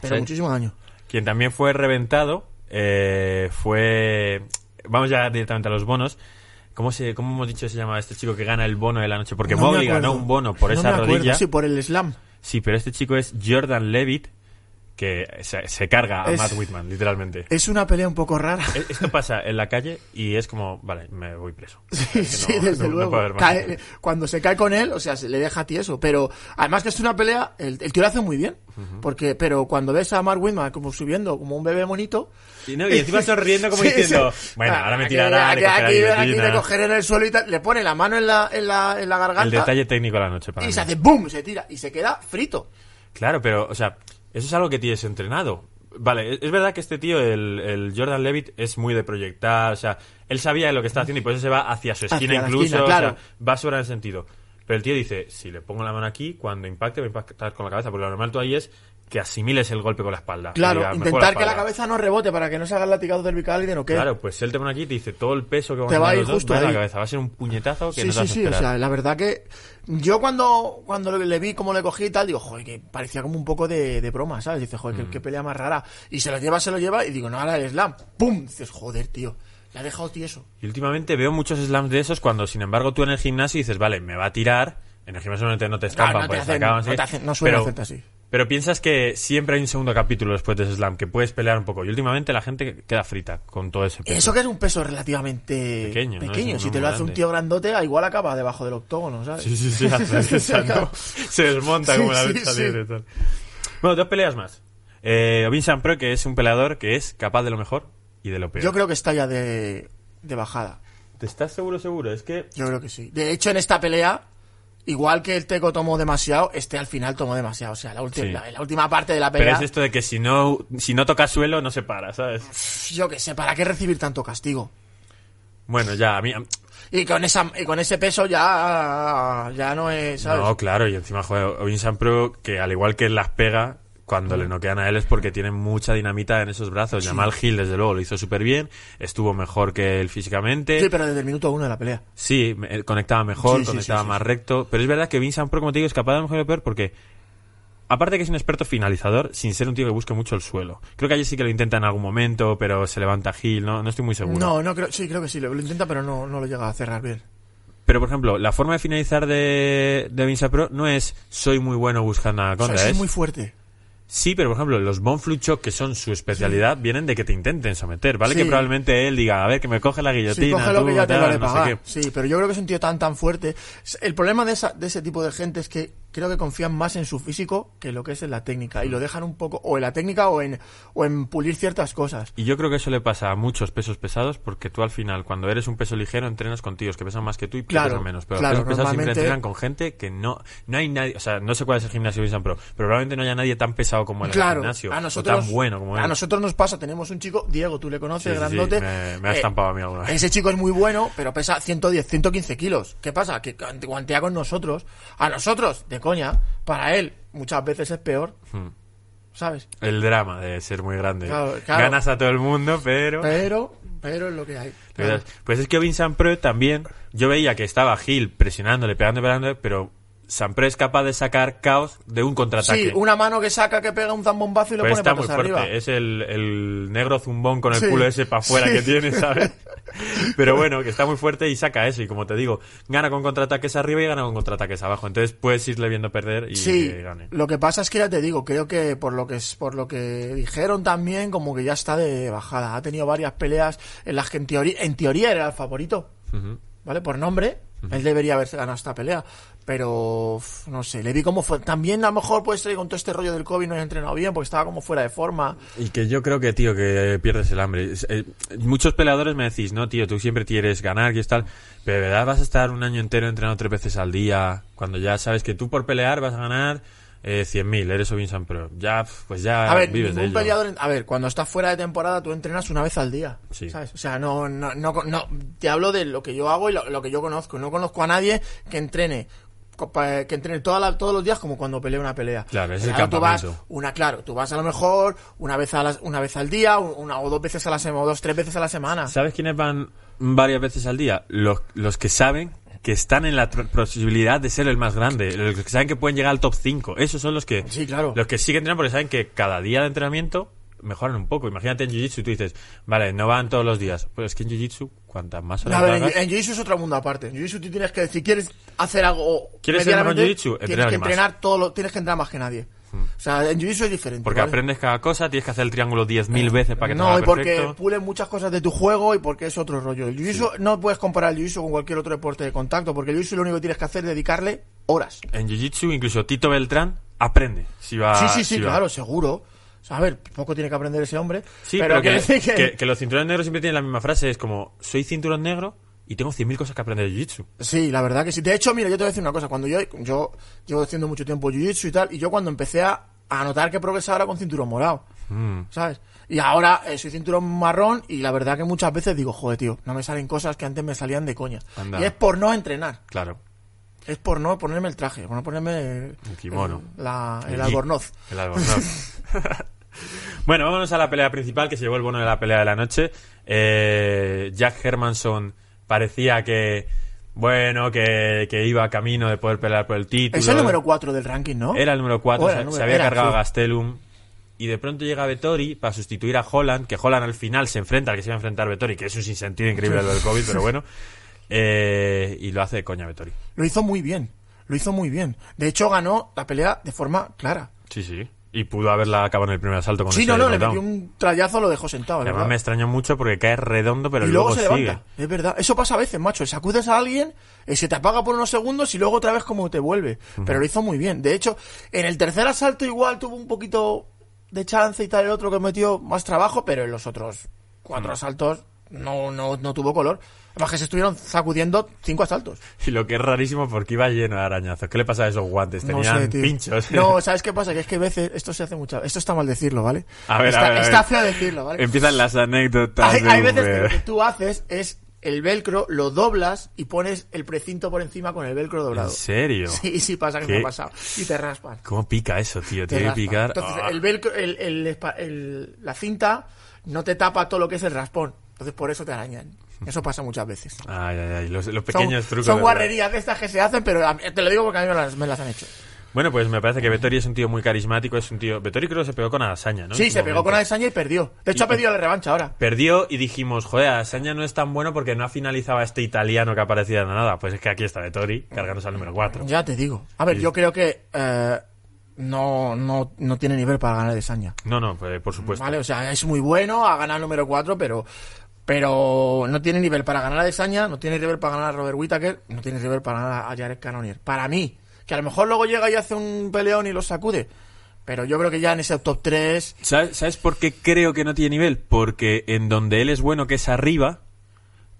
S2: Pero
S1: Sí.
S2: muchísimo daño.
S1: Quien también fue reventado eh, fue... Vamos ya directamente a los bonos. ¿Cómo, se, ¿Cómo hemos dicho que se llama este chico que gana el bono de la noche? Porque
S2: No me
S1: Mowgli
S2: acuerdo.
S1: ganó un bono por
S2: No
S1: esa
S2: me acuerdo,
S1: rodilla.
S2: Sí, por el slam.
S1: Sí, pero este chico es Jordan Levitt, que se, se carga a
S2: Es-
S1: Matt Whitman, literalmente.
S2: Es una pelea un poco rara.
S1: E- Esto pasa en la calle y es como, vale, me voy preso.
S2: Sí,
S1: Es que
S2: sí,
S1: no-
S2: desde
S1: no- no
S2: luego.
S1: puede haber más.
S2: Cae- cuando se cae con él, o sea, se le deja tieso. Pero además que es una pelea, el, el tío lo hace muy bien. porque Pero cuando ves a Mark Whitman como subiendo como un bebé monito.
S1: Y, no, y encima sonriendo como
S2: Sí,
S1: diciendo,
S2: sí.
S1: bueno,
S2: Ah,
S1: ahora me
S2: aquí-
S1: tirará,
S2: Aquí,
S1: le cogerá
S2: aquí, aquí
S1: guillotina".
S2: le cogeré en el suelo y tal. Le pone la mano en la, en la, en la garganta.
S1: El detalle técnico de la noche para
S2: Y
S1: mí.
S2: se hace boom, se tira y se queda frito.
S1: Claro, pero, o sea, eso es algo que tienes entrenado. Vale, es- es verdad que este tío, el, el Jordan Levitt, es muy de proyectar, o sea, él sabía lo que estaba haciendo y por eso se va hacia su esquina
S2: Hacia la
S1: incluso,
S2: esquina,
S1: o sea,
S2: claro.
S1: va sobre el sentido. Pero el tío dice, si le pongo la mano aquí, cuando impacte me impactar con la cabeza, porque lo normal tú ahí es que asimiles el golpe con la espalda.
S2: Claro,
S1: Y digas, "Me juego
S2: intentar que la
S1: espalda".
S2: cabeza no rebote para que no se haga el latigazo cervical y de no quede.
S1: Claro, pues si él te pone aquí y te dice todo el peso que va
S2: Te
S1: a
S2: va a
S1: tener
S2: ir
S1: los dos,
S2: justo
S1: va en la
S2: ahí.
S1: cabeza, va a ser un puñetazo que
S2: sí,
S1: no te
S2: sí,
S1: vas a
S2: sí. O
S1: esperar.
S2: sea, la verdad que yo cuando, cuando lo- le vi como le cogí y tal, digo, joder, que parecía como un poco de, de broma, ¿sabes? Dice, joder,
S1: Mm.
S2: que qué pelea más rara. Y se lo lleva, se lo lleva y digo, no, ahora el slam. ¡Pum! Dices, joder, tío. Le ha dejado tieso.
S1: Y últimamente veo muchos slams de esos cuando, sin embargo, tú en el gimnasio dices, vale, me va a tirar. En el gimnasio no te, no te estampan,
S2: No, no te
S1: pues
S2: hacen-
S1: acaban
S2: no
S1: así.
S2: te hacen- no suelen
S1: pero,
S2: hacerte así.
S1: Pero piensas que siempre hay un segundo capítulo después de ese slam, que puedes pelear un poco. Y últimamente la gente queda frita con todo ese peso.
S2: Eso que es un peso relativamente
S1: Pequeño,
S2: pequeño.
S1: ¿no? Es
S2: Si
S1: muy
S2: te lo hace
S1: grande.
S2: un tío grandote, ah, igual acaba debajo del octógono, ¿sabes?
S1: Sí, sí, sí. hasta que
S2: Sí,
S1: sacó-
S2: claro.
S1: se desmonta
S2: Sí,
S1: como la
S2: sí,
S1: lucha
S2: sí.
S1: libre y tal. Bueno, dos peleas más. Eh, Vincent Pro, que es un peleador que es capaz de lo mejor y de lo peor.
S2: Yo creo que está ya de, de bajada.
S1: ¿Te estás seguro, seguro? Es que
S2: Yo creo que sí. De hecho, en esta pelea, igual que el Teco tomó demasiado, este al final tomó demasiado. O sea, la, última
S1: Sí.
S2: la, la última parte de la
S1: Pero
S2: pelea,
S1: es esto de que si no, si no tocas suelo, no se para, ¿sabes?
S2: pf, yo qué sé, ¿para qué recibir tanto castigo?
S1: Bueno, ya, a mí. a-
S2: Y con, esa, y con ese peso ya, ya no es, ¿sabes?
S1: No, claro, y encima, joder, Vincent Pro, que al igual que las pega, cuando
S2: Mm.
S1: le noquean a él es porque tiene mucha dinamita en esos brazos. Jamal Hill, desde luego, lo hizo súper bien, estuvo mejor que él físicamente.
S2: Sí, pero desde el minuto uno de la pelea.
S1: Sí, me- eh, conectaba mejor,
S2: Sí, sí,
S1: conectaba
S2: sí, sí,
S1: más
S2: sí.
S1: recto. Pero es verdad que Vincent Pro, como te digo, es capaz de lo mejor y lo peor porque, aparte de que es un experto finalizador, sin ser un tío que busque mucho el suelo. Creo que allí sí que lo intenta en algún momento, pero se levanta Hill, no, no estoy muy seguro.
S2: No, no creo, sí, creo que sí, lo, lo intenta, pero no, no lo llega a cerrar bien.
S1: Pero, por ejemplo, la forma de finalizar de, de Vince Pro no es soy muy bueno buscando a
S2: O sea,
S1: Conda.
S2: sí
S1: es,
S2: es muy fuerte.
S1: Sí, pero, por ejemplo, los Bonflu Choc, que son su especialidad, vienen de que te intenten someter. Vale
S2: Sí.
S1: que probablemente él diga, a ver, que me coge la
S2: Sí,
S1: guillotina,
S2: coge lo
S1: tú,
S2: que ya te
S1: tal,
S2: vale
S1: no sé qué.
S2: pagar. Sí, pero yo creo que es un tío tan tan fuerte. El problema de, esa, de ese tipo de gente es que creo que confían más en su físico que lo que es en la técnica. Y lo dejan un poco o en la técnica o en, o en pulir ciertas cosas.
S1: Y yo creo que eso le pasa a muchos pesos pesados porque tú al final, cuando eres un peso ligero, entrenas con tíos que pesan más que tú y que
S2: Claro,
S1: pesan menos. Pero
S2: claro,
S1: los pesos pesados siempre
S2: normalmente-
S1: entrenan con gente que no... No hay nadie... O sea, no sé cuál es el gimnasio de Vincent Pro, pero probablemente no haya nadie tan pesado como él en el
S2: Claro,
S1: gimnasio.
S2: a
S1: o
S2: nosotros,
S1: tan bueno como él.
S2: a nosotros nos pasa, tenemos un chico, Diego, tú le
S1: Sí,
S2: conoces,
S1: sí, sí,
S2: grandote.
S1: me, me ha
S2: Eh,
S1: estampado a mí alguna vez.
S2: Ese chico es muy bueno, pero pesa 110, 115 kilos. ¿Qué pasa? Que guante- guantea con nosotros. A nosotros, de coña, para él muchas veces es peor.
S1: Hmm.
S2: ¿Sabes?
S1: El drama de ser muy grande.
S2: Claro, claro.
S1: Ganas a todo el mundo, pero...
S2: Pero, pero es lo que hay.
S1: Pero- Pues es que Vincent Preux también, yo veía que estaba Gil presionándole, pegándole, pegándole, pero Sampre es capaz de sacar caos de un contraataque.
S2: Sí, una mano que saca, que pega un zambombazo y lo
S1: Pues
S2: pone
S1: está
S2: patas
S1: muy fuerte.
S2: arriba.
S1: Es el, el negro zumbón con el
S2: Sí.
S1: culo ese para afuera
S2: Sí.
S1: que tiene, ¿sabes? Pero bueno, que está muy fuerte y saca eso. Y como te digo, gana con contraataques arriba y gana con contraataques abajo. Entonces puedes irle viendo perder y
S2: Sí,
S1: que gane.
S2: lo que pasa es que ya te digo, creo que por lo que es- por lo que dijeron también, como que ya está de bajada. Ha tenido varias peleas en las que en teoría, en teoría era el favorito,
S1: Ujú.
S2: ¿vale? Por nombre, él debería haberse ganado esta pelea, pero uf, no sé, le vi como fue. También a lo mejor pues con todo este rollo del COVID no he entrenado bien porque estaba como fuera de forma.
S1: Y que yo creo que, tío, que eh, pierdes el hambre. Es- eh, muchos peleadores me decís, no, tío, tú siempre quieres ganar, quieres tal. Pero de verdad vas a estar un año entero entrenando tres veces al día, cuando ya sabes que tú por pelear vas a ganar eh, 100.000, eres Ovinsan Pro. Ya, pf, pues ya
S2: A ver,
S1: vives de
S2: ningún
S1: ello.
S2: peleador. en- A ver, cuando estás fuera de temporada, tú entrenas una vez al día.
S1: Sí.
S2: ¿Sabes? O sea, no, no, no, no. Te hablo de lo que yo hago y lo, lo que yo conozco. No conozco a nadie que entrene. co- pa- eh, Que entrene toda la- todos los días como cuando pelea una pelea.
S1: Claro, ese es el
S2: tú vas
S1: campamento.
S2: una, claro, tú vas a lo mejor una vez a las- una vez al día, u- una o dos veces a la semana, o dos, tres veces a la semana.
S1: ¿Sabes quiénes van varias veces al día? Los, los que saben que están en la tr- posibilidad de ser el más grande, los que saben que pueden llegar al top 5. Esos son los que
S2: Sí, claro.
S1: los que siguen entrenando porque saben que cada día de entrenamiento mejoran un poco. Imagínate en Jiu-Jitsu y tú dices, vale, no van todos los días. Pues es que en Jiu-Jitsu, cuantas más horas
S2: A ver, en,
S1: hagas,
S2: en Jiu-Jitsu es otro mundo aparte. En Jiu-Jitsu tú tienes que, si quieres hacer algo
S1: ¿Quieres ser mejor en
S2: medianamente,
S1: Jiu-Jitsu?
S2: Tienes
S1: Entrenar
S2: que
S1: más. Hmm.
S2: entrenar todo lo, tienes que entrenar más que nadie. O sea, en Jiu-Jitsu es diferente.
S1: Porque
S2: ¿vale?
S1: aprendes cada cosa, tienes que hacer el triángulo 10.000 veces para que te
S2: No, y
S1: salga
S2: porque
S1: perfecto.
S2: pulen muchas cosas de tu juego y porque es otro rollo. El jiu-jitsu no puedes comparar el jiu-jitsu con cualquier otro deporte de contacto, porque el jiu-jitsu lo único que tienes que hacer es dedicarle horas.
S1: En Jiu-Jitsu, incluso Tito Beltrán aprende. Si va,
S2: sí, sí, sí,
S1: si Ah, va.
S2: claro, seguro. O sea, a ver, poco tiene que aprender ese hombre.
S1: Sí,
S2: pero,
S1: pero,
S2: quiero
S1: que,
S2: decir que-
S1: que- que los cinturones negros siempre tienen la misma frase. Es como, soy cinturón negro y tengo 100.000 cosas que aprender de Jiu-Jitsu.
S2: Sí, la verdad que sí. De hecho, mira, yo te voy a decir una cosa. Cuando yo, yo llevo haciendo mucho tiempo jiu-jitsu y tal, y yo cuando empecé a, a notar que progresaba era con cinturón morado,
S1: Mm.
S2: ¿sabes? Y ahora eh, soy cinturón marrón y la verdad que muchas veces digo, joder, tío, no me salen cosas que antes me salían de coña.
S1: Anda.
S2: Y es por no entrenar.
S1: Claro.
S2: Es por no ponerme el traje, por no ponerme el,
S1: El kimono.
S2: el- la- el
S1: El gi.
S2: albornoz.
S1: El albornoz. bueno, vámonos a la pelea principal que se llevó el bono de la pelea de la noche. Eh, Jack Hermanson parecía que, bueno, que, que iba camino de poder pelear por el título.
S2: Es el número 4 del ranking, ¿no?
S1: Era el número 4,
S2: O
S1: se,
S2: era el número-
S1: se había
S2: era,
S1: cargado
S2: sí.
S1: a Gastelum. Y de pronto llega Vettori para sustituir a Holland, que Holland al final se enfrenta al que se iba a enfrentar Vettori, que es un sinsentido increíble lo del COVID, pero bueno. Eh, y lo hace de coña Vettori.
S2: Lo hizo muy bien. Lo hizo muy bien. De hecho, ganó la pelea de forma clara.
S1: Sí, sí. Y pudo haberla acabado en el primer asalto con
S2: Sí,
S1: ese
S2: no, no, le
S1: knockdown.
S2: metió un trayazo, lo dejó sentado. la
S1: Además
S2: verdad.
S1: me extrañó mucho porque cae redondo, pero
S2: y luego, se
S1: sigue.
S2: levanta. Es verdad. Eso pasa a veces, macho. Sacudes a alguien, eh, se te apaga por unos segundos y luego otra vez como te vuelve. Pero lo hizo muy bien. De hecho, en el tercer asalto igual tuvo un poquito de chance y tal el otro que metió más trabajo, pero en los otros cuatro
S1: Mm.
S2: asaltos no, no, no tuvo color. Además que se estuvieron sacudiendo cinco asaltos.
S1: Y lo que es rarísimo porque iba lleno de arañazos. ¿Qué le pasa a esos guantes?
S2: No
S1: Tenían
S2: sé, tío.
S1: pinchos.
S2: No, ¿sabes qué pasa? Que es que a veces esto se hace mucho. Esto está mal decirlo, ¿vale?
S1: A ver, a
S2: está,
S1: ver, a ver.
S2: está feo decirlo, ¿vale?
S1: Empiezan las anécdotas.
S2: Hay,
S1: de
S2: hay
S1: un
S2: veces que
S1: bebé.
S2: lo que tú haces es el velcro, lo doblas y pones el precinto por encima con el velcro
S1: ¿En
S2: doblado.
S1: serio?
S2: Sí, sí pasa que
S1: ¿Qué?
S2: me ha pasado. Y te raspan.
S1: ¿Cómo pica eso, tío?
S2: Te
S1: Tiene que
S2: raspan.
S1: picar.
S2: Entonces,
S1: Ah.
S2: el velcro, el- el espa- el- la cinta no te tapa todo lo que es el raspón. Entonces, por eso te arañan. Eso pasa muchas veces.
S1: Ay, ay, ay, los, los
S2: Son,
S1: pequeños trucos.
S2: son
S1: de verdad.
S2: guarrerías de estas que se hacen, pero a mí- te lo digo porque a mí me las, me las han hecho.
S1: Bueno, pues me parece que Vettori es un tío muy carismático. Es un tío. Vettori creo que se pegó con Asaña, ¿no?
S2: sí,
S1: En su
S2: se pegó
S1: momento.
S2: con la desaña y perdió. De hecho, ha pedido la revancha ahora.
S1: Perdió y dijimos, joder, Asaña no es tan bueno porque no ha finalizado a este italiano que aparecía de la nada. Pues es que aquí está Vettori, cargándose al número 4.
S2: Ya te digo. A ver, yo creo que eh, no, no, no tiene nivel para ganar desaña.
S1: No, no, pues, por supuesto.
S2: Vale, o sea, es muy bueno, ha ganado el número 4, pero pero no tiene nivel para ganar a Desaña, no tiene nivel para ganar a Robert Whittaker, no tiene nivel para ganar a Jared Cannonier. Para mí, que a lo mejor luego llega y hace un peleón y lo sacude, pero yo creo que ya en ese top 3
S1: ¿Sabes, sabes por qué creo que no tiene nivel? Porque en donde él es bueno, que es arriba,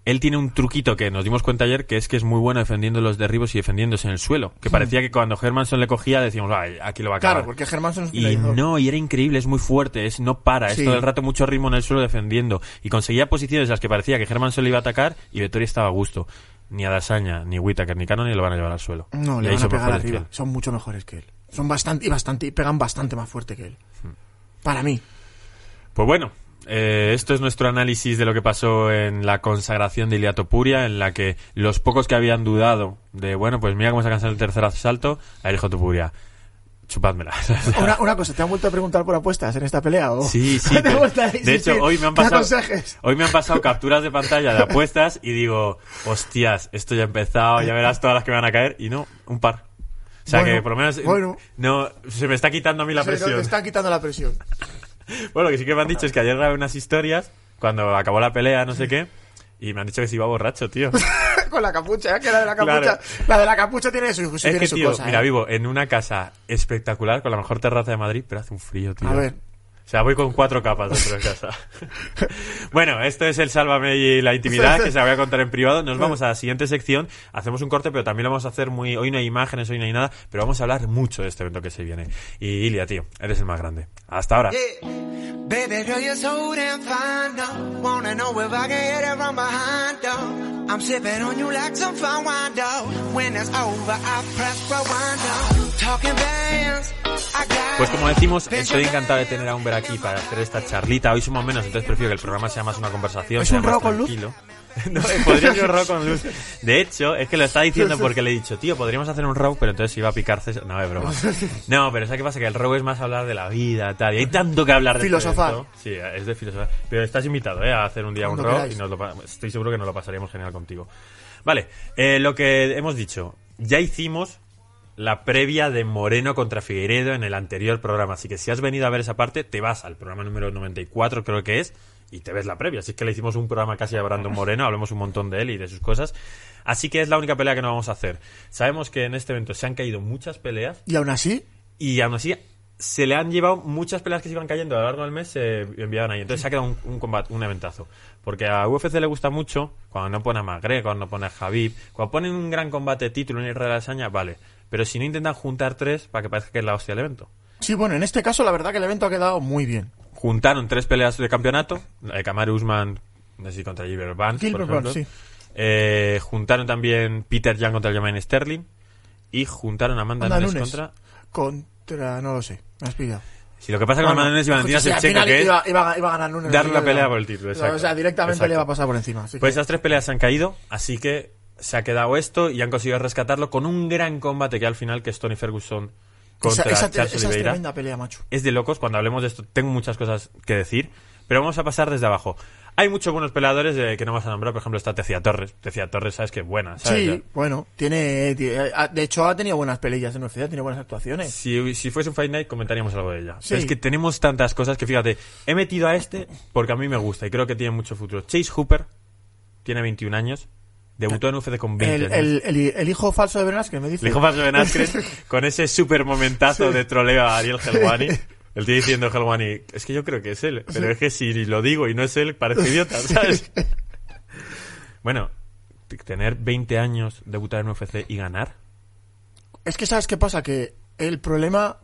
S1: él tiene un truquito que nos dimos cuenta ayer, que es que es muy bueno defendiendo los derribos y defendiéndose en el suelo. Que parecía que cuando Hermanson le cogía decíamos, "Ay, aquí lo va a acabar.
S2: Hmm. Claro, porque Germanson es un
S1: Y
S2: peleador.
S1: no, y era increíble, es muy fuerte, es no para, es
S2: Sí.
S1: todo el rato mucho ritmo en el suelo defendiendo. Y conseguía posiciones en las que parecía que Hermanson le iba a atacar y Vettori estaba a gusto. Ni a Dasaña, ni Whittaker, ni Cano, ni lo van a llevar al suelo.
S2: No,
S1: Y
S2: le
S1: ahí
S2: van a
S1: son
S2: pegar
S1: mejores que
S2: arriba.
S1: él.
S2: Son mucho mejores que él. Son bastante y bastante y pegan bastante más fuerte que él.
S1: Hmm.
S2: Para mí.
S1: Pues bueno, eh, esto es nuestro análisis de lo que pasó en la consagración de Iliatopuria, en la que los pocos que habían dudado de, bueno, pues mira cómo se ha cansado el tercer asalto, a dijo Topuria, chupadmela.
S2: Una, una cosa, ¿te han vuelto a preguntar por apuestas en esta pelea? O...
S1: Sí, Oh. sí.
S2: ¿Te han
S1: pero-
S2: vuelto a
S1: de
S2: insistir?
S1: hecho, hoy me han
S2: ¿Qué
S1: pasado,
S2: aconsejes?
S1: hoy me han pasado capturas de pantalla de apuestas y digo, hostias, esto ya ha empezado, ya verás todas las que me van a caer y no, un par. O sea
S2: Bueno,
S1: que por lo menos eh,
S2: bueno.
S1: no se me está quitando a mí la
S2: Sí, no,
S1: presión.
S2: te están quitando la presión.
S1: Bueno, lo que sí que me han dicho es que ayer grabé unas historias cuando acabó la pelea, no sé qué, y me han dicho que se iba borracho, tío.
S2: con la capucha, ¿eh? que la de la capucha,
S1: Claro.
S2: la de la capucha tiene su, sí
S1: es
S2: tiene
S1: que,
S2: su
S1: tío,
S2: cosa.
S1: mira,
S2: ¿eh?
S1: vivo en una casa espectacular con la mejor terraza de Madrid, pero hace un frío, tío.
S2: A ver.
S1: O sea, voy con cuatro capas dentro de casa. bueno, esto es el Sálvame y la intimidad, que se la voy a contar en privado. Nos vamos a la siguiente sección, hacemos un corte, pero también lo vamos a hacer muy... Hoy no hay imágenes, hoy no hay nada, pero vamos a hablar mucho de este evento que se viene. Y Ilia, tío, eres el más grande. Hasta ahora.
S3: Baby girl, you're so damn fine. though. Wanna know if I can hit it from behind though. I'm sipping on you like some fine wine though. When it's over, I press rewind though. Talking bands, I got.
S1: Pues como decimos, estoy encantado de tener a Humber aquí para hacer esta charlita. Hoy somos menos, entonces prefiero que el programa sea más una conversación.
S2: ¿Es
S1: sea
S2: un
S1: más
S2: rock con luz?
S1: tranquilo. No, eh, podría ser un rock con luz. De hecho, es que lo está diciendo porque le he dicho, tío, podríamos hacer un rock, pero entonces iba a picar César. No, es broma. No, pero ¿sabes qué pasa? Que el rock es más hablar de la vida, tal. Y hay tanto que hablar de este
S2: Filosofar.
S1: evento. Sí, es de filosofía. Pero estás invitado ¿eh? a hacer un día un
S2: Cuando
S1: rock
S2: queráis.
S1: y nos lo pa- estoy seguro que nos lo pasaríamos genial contigo. Vale, eh, lo que hemos dicho, ya hicimos la previa de Moreno contra Figueiredo en el anterior programa. Así que si has venido a ver esa parte, te vas al programa número 94, creo que es, y te ves la previa. Así que le hicimos un programa casi a Brandon Moreno, hablamos un montón de él y de sus cosas. Así que es la única pelea que no vamos a hacer. Sabemos que en este evento se han caído muchas peleas
S2: Y aún así,
S1: y aún así se le han llevado muchas peleas que se iban cayendo a lo largo del mes, se enviaban ahí. Entonces se ha quedado un, un combate, un eventazo. Porque a UFC le gusta mucho cuando no pone a Magre, cuando no pone a Javib, cuando ponen un gran combate de título en Israel Lasaña, vale. Pero si no intentan juntar tres para que parezca que es la hostia del evento.
S2: sí, bueno, en este caso la verdad que el evento ha quedado muy bien.
S1: Juntaron tres peleas de campeonato, la de Kamaru Usman, no sé si contra Gilbert Burns, por
S2: Gilbert
S1: ejemplo.
S2: Burns, sí.
S1: Eh, juntaron también Peter Young contra Jermaine Sterling y juntaron a Amanda,
S2: Amanda
S1: Nunes
S2: Nunes.
S1: contra...
S2: Contra, no lo sé, me has pillado.
S1: Si lo que pasa con Amanda Nunes y Valentina
S2: Sí, al
S1: Shevchenko,
S2: final
S1: que es...
S2: iba, iba a- iba a ganar Nunes,
S1: darle
S2: así
S1: la
S2: que-
S1: pelea por el título, exacto.
S2: O sea, directamente
S1: Exacto.
S2: le va a pasar por encima. así que-
S1: Pues esas tres peleas se han caído, así que se ha quedado esto y han conseguido rescatarlo con un gran combate que al final que es Tony Ferguson
S2: esa,
S1: contra
S2: esa-
S1: Charles
S2: esa es
S1: Oliveira.
S2: tremenda pelea, macho.
S1: Es de locos, cuando hablemos de esto tengo muchas cosas que decir, pero vamos a pasar desde abajo. Hay muchos buenos peleadores eh, que no vas a nombrar, por ejemplo está Tecia Torres. Tecia Torres, sabes que es buena, ¿sabes?
S2: Sí,
S1: Ya-
S2: bueno, tiene, tiene- ha- De hecho, ha tenido buenas peleas en UFC, ha tenido buenas actuaciones.
S1: Si, si fuese un Fight Night comentaríamos algo de ella.
S2: Sí.
S1: Pero es que tenemos tantas cosas que fíjate, he metido a este porque a mí me gusta y creo que tiene mucho futuro. Chase Hooper tiene 21 años, debutó en UFC con 20
S2: Ah, El,
S1: años.
S2: el- el- el hijo falso de Venas que me dice.
S1: Le dijo Pablo Benásquez con ese super momentazo de troleo a Ariel Helwani. El tío diciendo Helwani, es que yo creo que es él, pero es que si lo digo y no es él, parece idiota, ¿sabes? Bueno, t- tener 20 años, debutar en UFC y ganar.
S2: Es que sabes qué pasa, que el problema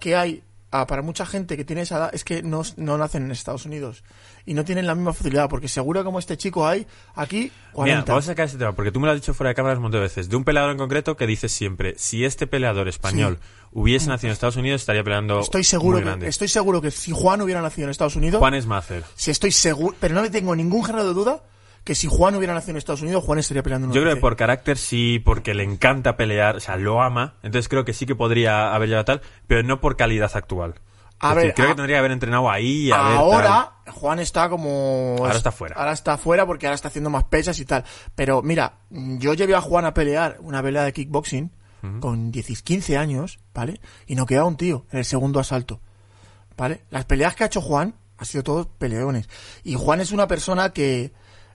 S2: que hay ah, para mucha gente que tiene esa edad es que no, no nacen en Estados Unidos y no tienen la misma facilidad, porque seguro como este chico hay aquí 40.
S1: Mira, vamos a sacar este tema, porque tú me lo has dicho fuera de cámaras un montón de veces. De un peleador en concreto que dices siempre, si este peleador español hubiese nacido en Estados Unidos, estaría peleando
S2: estoy
S1: muy
S2: seguro,
S1: grande.
S2: que, estoy seguro que si Juan hubiera nacido en Estados Unidos,
S1: Juan Smazer.
S2: si estoy seguro, pero no le tengo ningún género de duda que si Juan hubiera nacido en Estados Unidos, Juan estaría peleando en
S1: Yo creo
S2: UFC.
S1: que por carácter sí, porque le encanta pelear, o sea, lo ama, entonces creo que sí que podría haber llegado a tal, pero no por calidad actual.
S2: A
S1: Es
S2: ver,
S1: decir, creo
S2: a-
S1: que tendría que haber entrenado ahí. A ver,
S2: ahora Juan está como
S1: Ahora está fuera.
S2: ahora está fuera porque ahora está haciendo más pesas y tal pero mira yo llevé a Juan a pelear una pelea de kickboxing con 10 15 años vale y no queda un tío en el segundo asalto vale las peleas que ha hecho Juan ha sido todos peleones y Juan es una persona que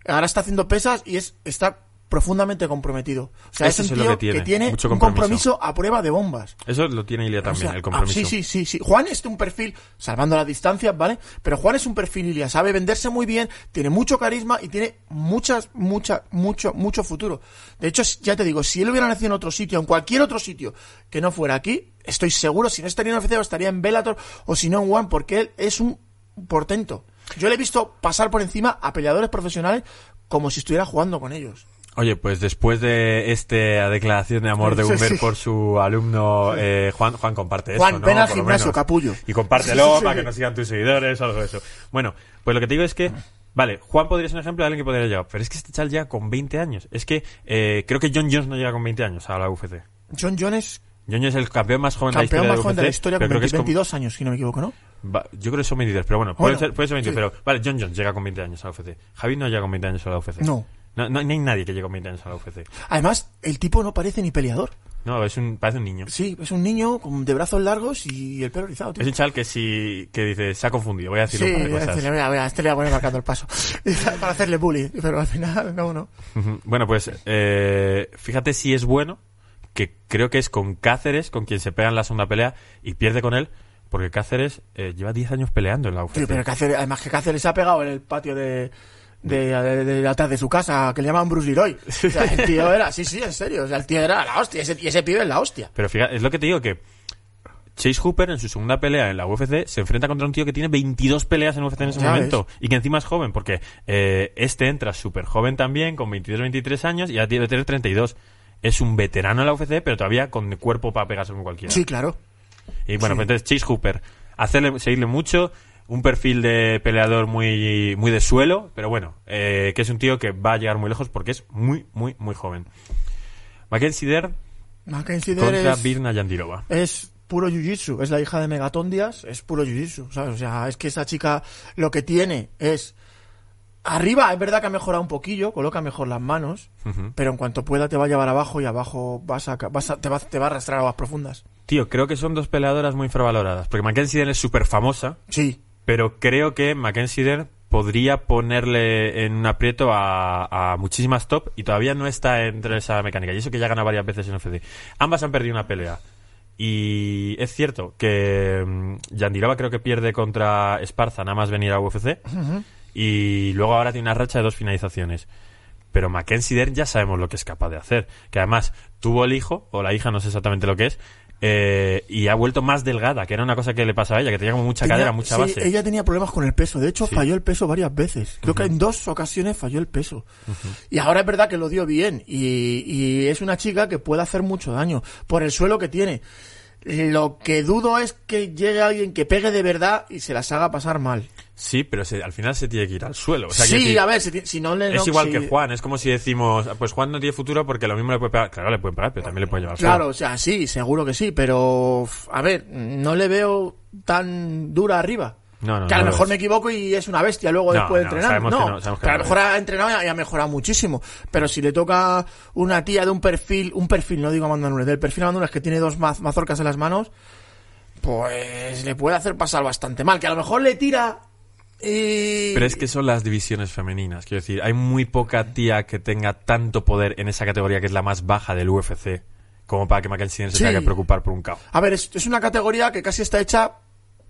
S2: ahora está haciendo pesas y es está profundamente comprometido o sea
S1: Eso
S2: es
S1: es
S2: un
S1: lo
S2: tío
S1: que tiene, mucho
S2: un
S1: compromiso.
S2: compromiso a prueba de bombas
S1: tal. Eso lo tiene Ilia también,
S2: o sea,
S1: el compromiso.
S2: ah, sí, sí, sí, sí. Juan es un perfil, salvando las distancias, ¿vale? Pero Juan es un perfil Ilia, sabe venderse muy bien, tiene mucho carisma y tiene muchas, muchas, mucho, mucho futuro. De hecho, s- ya te digo, si él hubiera nacido en otro sitio, en cualquier otro sitio que no fuera aquí, estoy seguro, si no estaría en UFC o estaría en Bellator o si no en One, porque él es un portento. Yo le he visto pasar por encima a peleadores profesionales como si estuviera jugando con ellos.
S1: Oye, pues después de esta declaración de amor de
S2: Sí,
S1: Humber
S2: sí.
S1: por su alumno, eh, Juan, Juan comparte
S2: Juan,
S1: esto, ¿no?
S2: ven al
S1: Por lo
S2: gimnasio,
S1: menos.
S2: capullo.
S1: Y compártelo
S2: Sí, sí.
S1: para que nos sigan tus seguidores o algo de eso. Bueno, pues lo que te digo es que, vale, Juan podría ser un ejemplo de alguien que podría llegar, pero es que este chal llega con 20 años. Es que eh, creo que John Jones no llega con 20 años a la UFC.
S2: John Jones,
S1: Ñoño es el campeón más joven
S2: campeón
S1: de la
S2: más
S1: historia
S2: joven de la
S1: UFC,
S2: historia,
S1: pero
S2: con
S1: creo que es
S2: 20, 22 años, si no me equivoco, ¿no?
S1: va- yo creo que son 23, pero bueno, puede
S2: Bueno,
S1: ser, puede ser 22,
S2: sí.
S1: pero vale, John Jones llega con 20 años a la UFC. Javi no llega con 20 años a la UFC.
S2: No.
S1: No, no- no hay nadie que llegue con 20 años a la UFC.
S2: Además, el tipo no parece ni peleador.
S1: No, es un, parece un niño.
S2: Sí, es un niño con, de brazos largos y el pelo rizado, tío.
S1: Es un chaval que si que dice, se ha confundido, voy a decir
S2: Sí,
S1: un par de
S2: voy a
S1: cosas.
S2: decirle, "Mira, mira, este le voy a poner marcando el paso. para hacerle bullying. Pero al final, no, no.
S1: Ujú. Bueno, pues eh, fíjate si es bueno, que creo que es con Cáceres, con quien se pega en la segunda pelea, y pierde con él, porque Cáceres eh, lleva 10 años peleando en la UFC.
S2: Tío, pero Cáceres, además que Cáceres se ha pegado en el patio de, de, de- de- de atrás de su casa, que le llaman Bruce Leroy. O sea, el tío era, sí, sí, en serio. O sea, el tío era la hostia. Ese, y ese pibe es la hostia.
S1: Pero fíjate, es lo que te digo que Chase Hooper en su segunda pelea en la UFC se enfrenta contra un tío que tiene 22 peleas en UFC en ese
S2: Ya
S1: momento y que encima es joven porque eh, este entra súper joven también con 22-23 años y ya tiene 32. Es un veterano en la UFC pero todavía con cuerpo para pegarse con cualquiera.
S2: Sí, claro.
S1: Y bueno, pues
S2: Sí.
S1: entonces Chase Hooper, hacerle, seguirle mucho, un perfil de peleador muy, muy de suelo, pero bueno, eh, que es un tío que va a llegar muy lejos porque es muy, muy, muy joven. Mackenzie Dern
S2: Mackenzie
S1: contra
S2: Dere
S1: Virna Yandirova.
S2: es puro jiu-jitsu, es la hija de Megaton Díaz, es puro jiu-jitsu, ¿sabes? O sea, es que esa chica lo que tiene es Arriba es verdad que ha mejorado un poquillo, coloca mejor las manos,
S1: Ujú.
S2: pero en cuanto pueda te va a llevar abajo y abajo vas a, ca- vas a- te, va, te va a arrastrar a aguas profundas.
S1: Tío, creo que son dos peleadoras muy infravaloradas. Porque Mackenzie Dern es súper famosa,
S2: Sí,
S1: pero creo que Mackenzie Dern podría ponerle en un aprieto a, a muchísimas top y todavía no está entre esa mecánica. Y eso que ya gana varias veces en UFC. Ambas han perdido una pelea. Y es cierto que mm, Yandirova creo que pierde contra Esparza nada más venir a UFC. Y luego ahora tiene una racha de dos finalizaciones. Pero Mackenzie Dern ya sabemos lo que es capaz de hacer. Que además tuvo el hijo, o la hija, no sé exactamente lo que es, eh, y ha vuelto más delgada, que era una cosa que le pasaba a ella, que tenía como mucha
S2: Tenía-
S1: cadera, mucha
S2: sí,
S1: base.
S2: Ella tenía problemas con el peso. De hecho,
S1: Sí.
S2: falló el peso varias veces. Creo que en dos ocasiones falló el peso. Y ahora es verdad que lo dio bien. Y, y es una chica que puede hacer mucho daño por el suelo que tiene. Lo que dudo es que llegue alguien que pegue de verdad y se las haga pasar mal.
S1: Sí, pero se- al final se tiene que ir al suelo. O sea,
S2: sí,
S1: quiero decir,
S2: a ver, si, ti- si no le.
S1: Es
S2: no-
S1: igual
S2: si-
S1: que Juan, es como si decimos, "Ah, pues Juan no tiene futuro porque lo mismo le puede pegar. Claro, le pueden parar, pero también le puede llevar al
S2: Claro,
S1: suelo.
S2: o sea, sí, seguro que sí, pero f- a ver, no le veo tan dura arriba.
S1: No, no,
S2: que a
S1: no
S2: lo
S1: lo
S2: mejor
S1: es.
S2: me equivoco y es una bestia luego
S1: No,
S2: después de
S1: no,
S2: entrenar.
S1: sabemos que
S2: No,
S1: no, sabemos que
S2: que a lo
S1: no.
S2: mejor ha entrenado y ha- y ha mejorado muchísimo. Pero si le toca una tía de un perfil, un perfil, no digo Amanda Nunes, del perfil Amanda Nunes que tiene dos maz- mazorcas en las manos, pues le puede hacer pasar bastante mal. Que a lo mejor le tira y.
S1: Pero es que son las divisiones femeninas. Quiero decir, hay muy poca tía que tenga tanto poder en esa categoría que es la más baja del UFC como para que Mackenzie Dern se
S2: Sí.
S1: tenga que preocupar por un caos.
S2: A ver, es, es una categoría que casi está hecha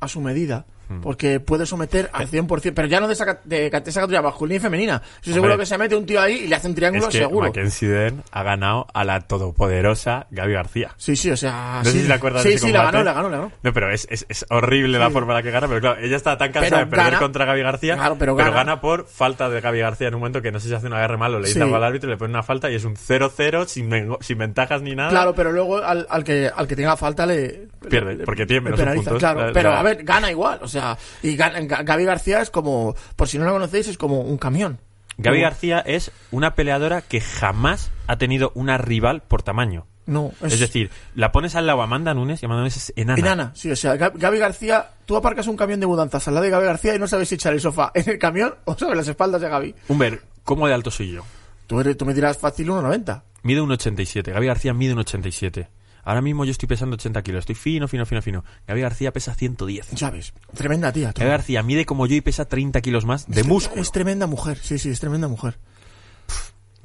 S2: a su medida.
S1: Hmm.
S2: Porque puede someter
S1: Eh.
S2: al 100%, pero ya no de esa, ca- de, ca- de esa categoría masculina y femenina. Yo seguro que se mete un tío ahí y le hace un
S1: Es
S2: triángulo
S1: que
S2: seguro.
S1: Mackenzie Dern ha ganado a la todopoderosa Gaby García.
S2: Sí, sí, o sea.
S1: No
S2: sí,
S1: sé si te acuerdas
S2: Sí,
S1: de ese
S2: sí, la
S1: combate.
S2: ganó, la ganó, la ganó.
S1: No, pero es, es- es horrible la forma en la que gana, pero claro, ella está tan cansada
S2: Pero
S1: de perder
S2: gana-
S1: contra Gaby García,
S2: Claro, pero gana.
S1: por falta de Gaby García en un momento que no sé si hace una guerra mal o le dice
S2: Sí.
S1: algo al árbitro, le pone una falta y es un 0-0 sin, ven- sin ventajas ni nada.
S2: Claro, pero luego al, al que, al que tenga falta le.
S1: Pierde,
S2: le-
S1: porque tiene
S2: le
S1: menos puntos.
S2: Claro,
S1: La-
S2: pero
S1: la-
S2: a ver, gana igual. O sea, y gana- Ga- Gaby García es como. Por si no la conocéis, es como un camión.
S1: Gaby
S2: Como-
S1: García es una peleadora que jamás ha tenido una rival por tamaño.
S2: No,
S1: Es, decir, la pones al lado a Amanda Nunes y Amanda Nunes es enana.
S2: Enana, sí, o sea, Gab- Gaby García, tú aparcas un camión de mudanzas al lado de Gaby García y no sabes si echar el sofá en el camión o sobre las espaldas de Gaby.
S1: Humber, ¿cómo de alto soy yo?
S2: Tú, eres- tú me dirás fácil 1,90.
S1: Mide un 87. Gaby García mide un 87. Ahora mismo yo estoy pesando 80 kilos. Estoy fino, fino, fino, fino. Gaby García pesa 110.
S2: Ya ves, tremenda tía. tú.
S1: Gaby García mide como yo y pesa 30 kilos más de músculo.
S2: Es tremenda mujer, sí, sí, es tremenda mujer. eh.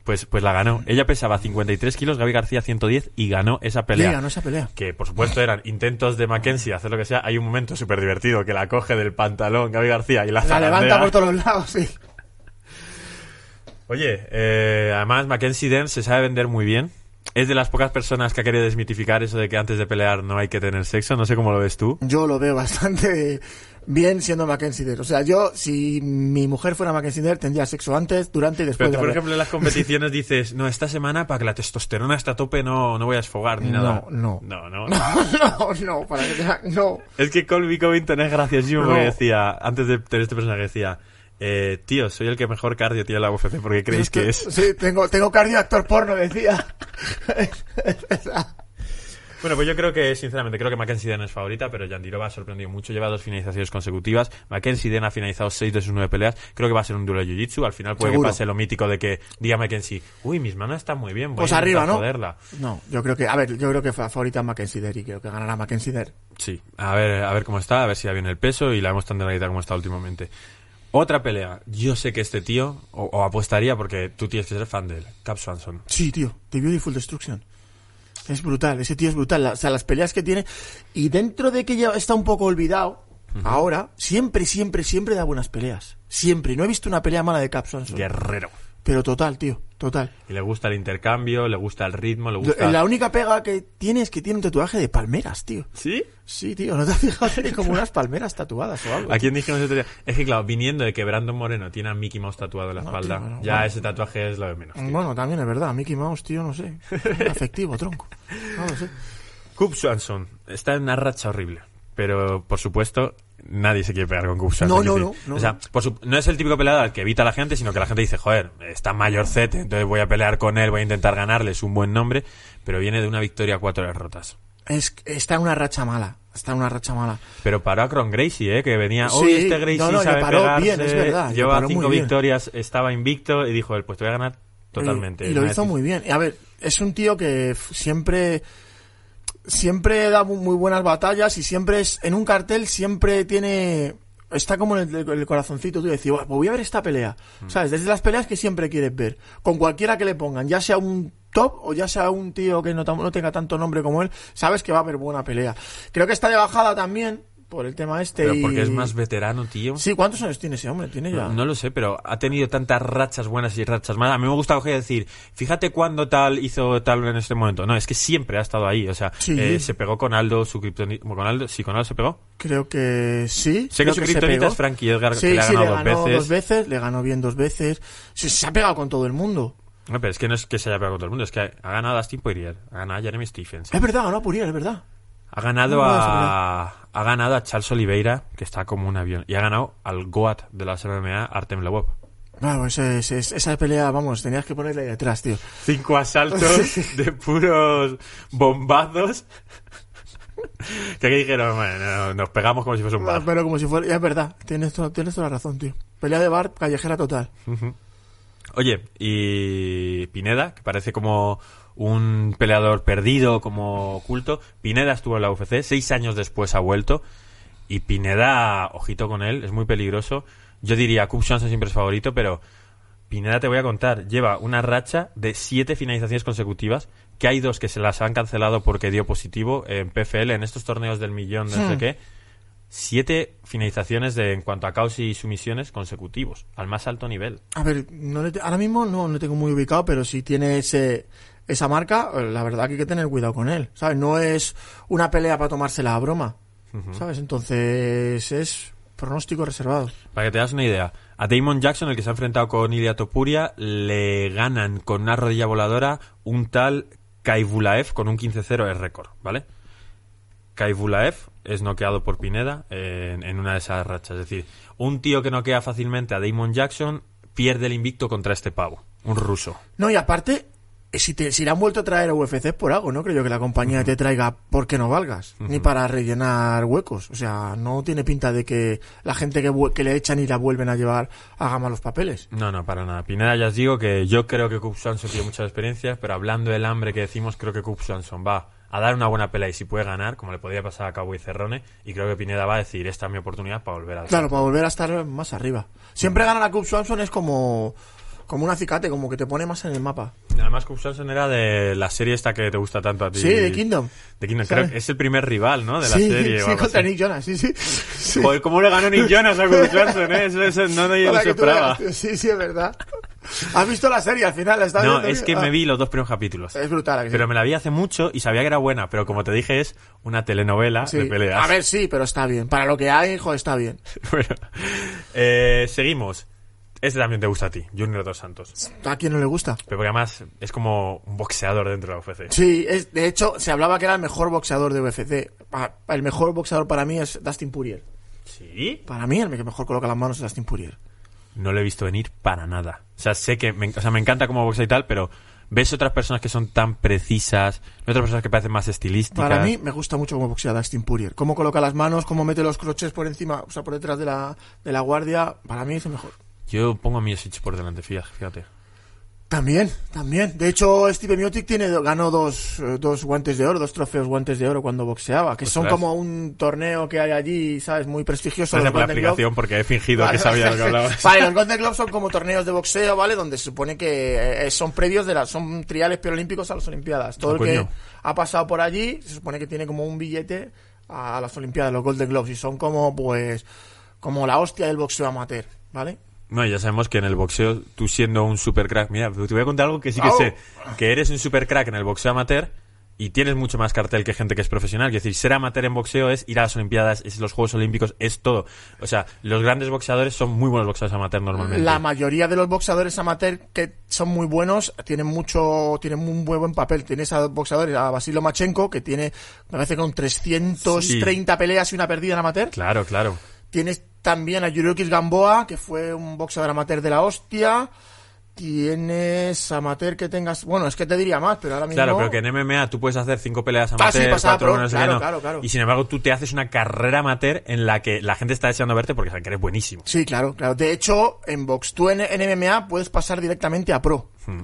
S1: Pues, pues la ganó. Ella pesaba 53 kilos, Gaby García 110 y ganó esa pelea.
S2: Le ganó esa pelea.
S1: que por supuesto eran intentos de Mackenzie de hacer lo que sea. Hay un momento súper divertido que la coge del pantalón Gaby García y la,
S2: La
S1: zarandea.
S2: levanta por todos los lados, sí.
S1: Oye, eh, además Mackenzie Dern se sabe vender muy bien. Es de las pocas personas que ha querido desmitificar eso de que antes de pelear no hay que tener sexo. No sé cómo lo ves tú.
S2: Yo lo veo bastante bien siendo Mackenzie Dare. O sea, yo, si mi mujer fuera Mackenzie Dare, tendría sexo antes, durante y después
S1: Pero tú,
S2: de la
S1: por
S2: pelea.
S1: ejemplo, en las competiciones dices, no, esta semana para que la testosterona esté a tope no, no voy a esfogar ni
S2: No,
S1: nada.
S2: no.
S1: No, no.
S2: no, no, para que te- no.
S1: Es que Colby Covington es graciosísimo porque
S2: No.
S1: decía, antes de tener este personaje, decía, eh, tío, soy el que mejor cardio tiene la UFC porque creéis que es.
S2: Sí, tengo, tengo cardio de actor porno, decía.
S1: Bueno, pues yo creo que, sinceramente, creo que Mackenzie Dern es favorita, pero Yandirova ha sorprendido mucho. Lleva dos finalizaciones consecutivas. Mackenzie Dern ha finalizado seis de sus nueve peleas. Creo que va a ser un duelo de Jiu-Jitsu. Al final puede
S2: Seguro.
S1: que pase lo mítico de que diga Mackenzie, uy, mis manos están muy bien, voy
S2: Pues
S1: a intentar
S2: arriba, ¿no?
S1: joderla.
S2: No, yo creo que, a ver, yo creo que fa- favorita es Mackenzie Dare y creo que ganará Mackenzie Dare.
S1: Sí, a ver, a ver cómo está, a ver si da bien el peso y la vemos tan delgadita como está últimamente. Otra pelea. Yo sé que este tío, o, o apostaría porque tú tienes que ser fan de él, Cap Swanson.
S2: Sí, tío, The Beautiful Destruction. Es brutal, ese tío es brutal. la- o sea, las peleas que tiene. Y dentro de que ya está un poco olvidado, ahora, siempre, siempre, siempre da buenas peleas. Siempre. Y No he visto una pelea mala de Cap Swanson.
S1: Guerrero.
S2: Pero total, tío, total.
S1: Y le gusta el intercambio, le gusta el ritmo, le gusta...
S2: La única pega que tiene es que tiene un tatuaje de palmeras, tío.
S1: ¿Sí?
S2: Sí, tío, ¿no te has fijado? Tiene como unas palmeras tatuadas o algo.
S1: ¿A quién dijimos el otro día? Es que, claro, viniendo de que Brandon Moreno tiene a Mickey Mouse tatuado en la espalda,
S2: tío, no,
S1: ya
S2: bueno.
S1: ese tatuaje es lo de menos. tío.
S2: Bueno, también es verdad, Mickey Mouse, tío, no sé. Afectivo, tronco. No lo sé.
S1: Coop Swanson está en una racha horrible, pero por supuesto nadie se quiere pegar con Coop
S2: No,
S1: Swanson.
S2: no,
S1: quiero decir.
S2: no, no,
S1: o sea,
S2: no.
S1: por su- no es el típico peleador al que evita a la gente, sino que la gente dice, joder, está mayorcete, entonces voy a pelear con él, voy a intentar ganarle, es un buen nombre, pero viene de una victoria a cuatro derrotas.
S2: es- está en una racha mala. Está en una racha mala.
S1: Pero paró a Cron Gracie, ¿eh? que venía.
S2: Sí,
S1: Hoy este Gracie
S2: no, no, le
S1: sabe
S2: paró
S1: pegarse,
S2: bien, es verdad, le
S1: Lleva
S2: paró muy
S1: cinco
S2: bien.
S1: victorias, estaba invicto y dijo él: Pues te voy a ganar totalmente.
S2: Y, y lo
S1: Una
S2: hizo
S1: vez-
S2: muy bien. Y A ver, es un tío que f- siempre siempre da mu- muy buenas batallas y siempre es en un cartel siempre tiene está como en el, el corazoncito tú decir, "Buah, pues voy a ver esta pelea.
S1: Mm.
S2: ¿Sabes? Desde las peleas que siempre quieres ver, con cualquiera que le pongan, ya sea un top o ya sea un tío que no, tam- no tenga tanto nombre como él, sabes que va a haber buena pelea. Creo que está de bajada también por el tema este
S1: Pero
S2: y-
S1: porque es más veterano, tío.
S2: Sí, ¿cuántos años tiene ese hombre? Tiene ya
S1: No lo sé, pero ha tenido tantas rachas buenas y rachas malas. A mí me gusta coger y decir, fíjate cuándo tal hizo tal en este momento. No, es que siempre ha estado ahí. O sea,
S2: Sí.
S1: eh, se pegó con Aldo, su kriptoni- bueno, con Aldo, sí, con Aldo se pegó.
S2: Creo que sí.
S1: Sé que
S2: creo
S1: su
S2: se
S1: kriptonita
S2: pegó.
S1: es Frankie Edgar, que
S2: sí,
S1: le ha
S2: sí,
S1: ganado dos
S2: le ganó
S1: veces.
S2: dos veces. Le ganó bien dos veces. Sí, se ha pegado con todo el mundo.
S1: No, pero es que no es que se haya pegado con todo el mundo, es que ha, ha ganado a Dustin Poirier, ha ganado a Jeremy Stephens,
S2: Es verdad, ganó a Puriel, es verdad.
S1: ha ganado
S2: No, no,
S1: a ha ganado a Charles Oliveira, que está como un avión, y ha ganado al Goat de la MMA, Artem Lobov.
S2: Vamos, pues es- es- esa pelea, vamos, tenías que ponerla ahí detrás, tío.
S1: Cinco asaltos de puros bombazos. que aquí dijeron, bueno, nos pegamos como si fuese un bar.
S2: Ah, Pero como si fuera... Es verdad, tienes, to- tienes toda la razón, tío. Pelea de bar, callejera total.
S1: Oye, y Pineda, que parece como un peleador perdido, como oculto. Pineda estuvo en la UFC, seis años después ha vuelto. Y Pineda, ojito con él, es muy peligroso. Yo diría, Cup Johnson siempre es favorito, pero Pineda te voy a contar, lleva una racha de siete finalizaciones consecutivas, que hay dos que se las han cancelado porque dio positivo en PFL, en estos torneos del millón, no sé
S2: Hmm.
S1: qué. Siete finalizaciones de, en cuanto a caos y sumisiones consecutivos, al más alto nivel.
S2: A ver, no le te- ahora mismo no le tengo muy ubicado, pero si tiene ese, esa marca, eh, la verdad que hay que tener cuidado con él, ¿sabes? No es una pelea para tomársela a broma, ¿sabes? Entonces es pronóstico reservado.
S1: Para que te das una idea, a Damon Jackson, el que se ha enfrentado con Ilya Topuria, le ganan con una rodilla voladora un tal Kaivulaev con un 15-0 es récord, ¿vale? Kaivulaev es noqueado por Pineda en, en una de esas rachas. Es decir, un tío que noquea fácilmente a Damon Jackson pierde el invicto contra este pavo, un ruso.
S2: No, y aparte, eh, si, te, si la han vuelto a traer a UFC es por algo, no creo yo que la compañía te traiga porque no valgas, ni para rellenar huecos. O sea, no tiene pinta de que la gente que, vu- que le echan y la vuelven a llevar haga malos papeles.
S1: No, no, para nada. Pineda, ya os digo que yo creo que Cup Swanson tiene muchas experiencias, pero hablando del hambre que decimos, creo que Cup Swanson va a dar una buena pelea y si puede ganar, como le podría pasar a Cabo y Cerrone, y creo que Pineda va a decir, esta es mi oportunidad para volver al...
S2: Claro, para volver a estar más arriba. Siempre ganar a Cub Swanson es como, como un acicate, como que te pone más en el mapa.
S1: Además, Cup Swanson era de la serie esta que te gusta tanto a ti.
S2: Sí, de Kingdom.
S1: De Kingdom,
S2: ¿Sabes?
S1: creo que es el primer rival, ¿no? De la
S2: sí,
S1: serie. o
S2: sí,
S1: algo
S2: contra
S1: así.
S2: Nick Jonas, sí, sí. sí.
S1: Joder, ¿cómo le ganó Nick Jonas a Cup Swanson, eh? Eso, eso no nadie lo
S2: Para que tú veas,
S1: esperaba.
S2: tío. Sí, sí, es verdad. ¿Has visto la serie al final? ¿La estás
S1: No,
S2: viendo
S1: es
S2: bien?
S1: que me
S2: Ah,
S1: vi los dos primeros capítulos.
S2: Es brutal. ¿a que sí?
S1: Pero me la vi hace mucho y sabía que era buena, pero como te dije, es una telenovela
S2: Sí.
S1: de peleas.
S2: A ver, sí, pero está bien. Para lo que hay, joder, está bien.
S1: Bueno, eh, seguimos. Este también te gusta a ti, Junior Dos Santos.
S2: ¿A quién no le gusta?
S1: Pero porque además es como un boxeador dentro de la UFC.
S2: Sí, es, de hecho, se hablaba que era el mejor boxeador de UFC. Pa- El mejor boxeador para mí es Dustin Poirier.
S1: ¿Sí?
S2: Para mí, el que mejor coloca las manos es Dustin Poirier.
S1: No lo he visto venir para nada. O sea, sé que me, o sea, me encanta como boxea y tal, pero ves otras personas que son tan precisas, otras personas que parecen más estilísticas.
S2: Para mí, me gusta mucho cómo boxea Dustin Poirier. Cómo coloca las manos, cómo mete los crochets por encima, o sea, por detrás de la, de la guardia. Para mí es el mejor.
S1: Yo pongo a Miosic por delante, fija- fíjate.
S2: También, también. De hecho, Steve Miotic tiene, ganó dos, eh, dos guantes de oro, dos trofeos guantes de oro cuando boxeaba, que son
S1: Ostras.
S2: como un torneo que hay allí, ¿sabes? Muy prestigioso.
S1: Gracias
S2: los
S1: por la
S2: Golden Globe.
S1: explicación porque he fingido que sabía lo que hablabas.
S2: Vale, los Golden Globes son como torneos de boxeo, ¿vale? Donde se supone que eh, son previos de las, son triales preolímpicos a las Olimpiadas. Todo
S1: Ah,
S2: el que
S1: coño.
S2: ha pasado por allí se supone que tiene como un billete a las Olimpiadas, los Golden Globes, y son como, pues, como la hostia del boxeo amateur, ¿vale?
S1: No, ya sabemos que en el boxeo, tú siendo un supercrack, mira, te voy a contar algo que sí que
S2: Au.
S1: sé, que eres un supercrack en el boxeo amateur y tienes mucho más cartel que gente que es profesional. Es decir, ser amateur en boxeo es ir a las Olimpiadas, es los Juegos Olímpicos, es todo. O sea, los grandes boxeadores son muy buenos boxeadores amateur normalmente.
S2: La mayoría de los boxeadores amateur que son muy buenos tienen mucho, tienen un muy buen papel. Tienes a boxeadores, a Basilio Machenko, que tiene, me parece, con 330 peleas y una perdida en amateur.
S1: Claro, claro.
S2: Tienes también a Yuriokis Gamboa, que fue un boxeador amateur de la hostia. tienes amateur que tengas. Bueno, es que te diría más, pero ahora mismo.
S1: Claro, pero que en MMA tú puedes hacer cinco peleas
S2: Ah, sí,
S1: amateur,
S2: pasada
S1: cuatro
S2: pro,
S1: no sé qué,
S2: claro,
S1: no.
S2: claro, claro.
S1: Y sin embargo, tú te haces una carrera amateur en la que la gente está deseando verte porque saben que eres buenísimo.
S2: Sí, claro, claro. De hecho, en box, tú en, en MMA puedes pasar directamente a pro.
S1: Hmm.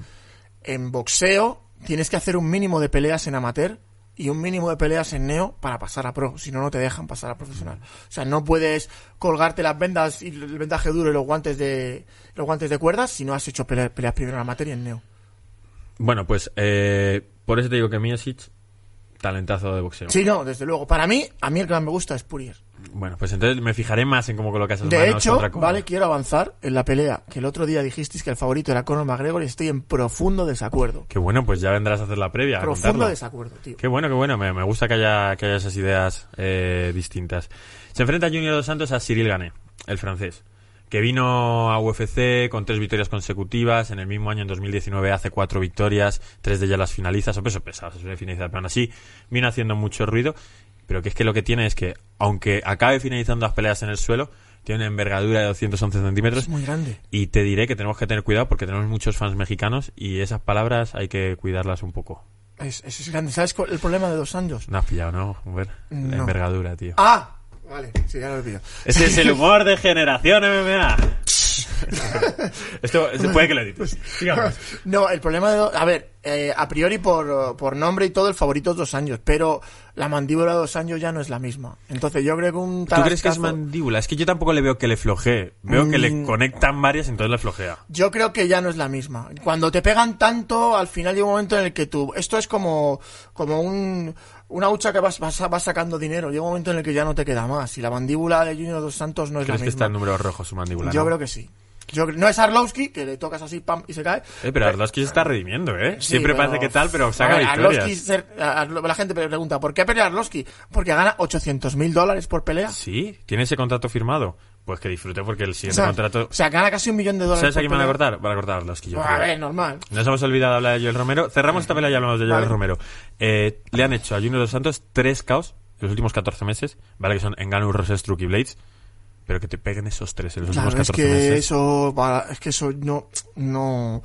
S2: En boxeo tienes que hacer un mínimo de peleas en amateur y un mínimo de peleas en neo para pasar a pro. Si no, no te dejan pasar a profesional. O sea, no puedes colgarte las vendas y el vendaje duro y los guantes de los guantes de cuerdas si no has hecho pele- peleas, primero en amateur y en neo.
S1: Bueno, pues eh, por eso te digo que Miosic, talentazo de boxeo.
S2: Sí, no, desde luego. Para mí, a mí el que más me gusta es Purier.
S1: Bueno, pues entonces me fijaré más en cómo colocas esas
S2: De
S1: manos
S2: hecho,
S1: contra Conor.
S2: vale, quiero avanzar en la pelea que el otro día dijisteis que el favorito era Conor McGregor y estoy en profundo desacuerdo.
S1: Qué bueno, pues ya vendrás a hacer la previa. a
S2: Profundo
S1: contarla.
S2: desacuerdo, tío.
S1: Qué bueno, qué bueno. Me, me gusta que haya, que haya esas ideas eh, distintas. Se enfrenta Junior dos Santos a Cyril Gané, el francés, que vino a UFC con tres victorias consecutivas. En el mismo año, en 2019, hace cuatro victorias. Tres de ellas las finaliza. Son pesos pesados, es una finaliza. Pero aún así, vino haciendo mucho ruido. Pero que es que lo que tiene es que, aunque acabe finalizando las peleas en el suelo, tiene una envergadura de 211 centímetros.
S2: Es muy grande.
S1: Y te diré que tenemos que tener cuidado porque tenemos muchos fans mexicanos y esas palabras hay que cuidarlas un poco.
S2: Es, es- es grande. ¿Sabes cuál- el problema de dos años?
S1: No has pillado, ¿no? Ver, La
S2: No.
S1: envergadura, tío.
S2: ¡Ah! Vale, sí, ya lo he pillado.
S1: Ese es el humor de generación MMA. Esto se puede que lo
S2: Pues,
S1: edites. Sigamos.
S2: No, el problema de. Dos, a ver, eh, a priori por, por nombre y todo, el favorito es dos años, pero la mandíbula de dos años ya no es la misma. Entonces yo creo que un
S1: ¿Tú crees que es
S2: tarascazo-
S1: mandíbula? Es que yo tampoco le veo que le flojee. Veo que le conectan varias, entonces le flojea.
S2: Mm. Yo creo que ya no es la misma. Cuando te pegan tanto, al final llega un momento en el que tú. Esto es como, como un, una hucha que vas, vas, vas sacando dinero. Llega un momento en el que ya no te queda más. Y la mandíbula de Junior Dos Santos no es la
S1: ¿Crees
S2: misma.
S1: que está en números rojos su mandíbula?
S2: Yo
S1: no?
S2: creo que sí. Yo cre- no es Arlovski, que le tocas así pam, y se cae.
S1: Eh, pero Arlovski se está redimiendo, ¿eh?
S2: Sí,
S1: Siempre
S2: pero-
S1: parece que tal, pero saca
S2: A ver,
S1: victorias.
S2: Arlovski ser- Arlo- la gente pre- pregunta, ¿por qué pelea Arlovski? Porque gana 800 mil dólares por pelea.
S1: Sí, tiene ese contrato firmado. Pues que disfrute porque el
S2: o,
S1: siguiente
S2: sea,
S1: contrato...
S2: o sea, gana casi un millón de dólares
S1: ¿Sabes a
S2: por
S1: quién van a
S2: pelea. Pues,
S1: cortar? Van a cortar a Arlovski, yo
S2: A
S1: creo.
S2: ver, normal.
S1: Nos hemos olvidado hablar de Joel Romero. Cerramos esta pelea y hablamos de Joel
S2: Vale.
S1: Romero. Eh, le han hecho a Junior Dos Santos tres caos en los últimos 14 meses. Vale, que son Engano, Roses, Truque y Blades. Pero que te peguen esos tres en los
S2: Claro,
S1: últimos
S2: es
S1: 14
S2: que
S1: meses.
S2: eso va- es que eso no, no,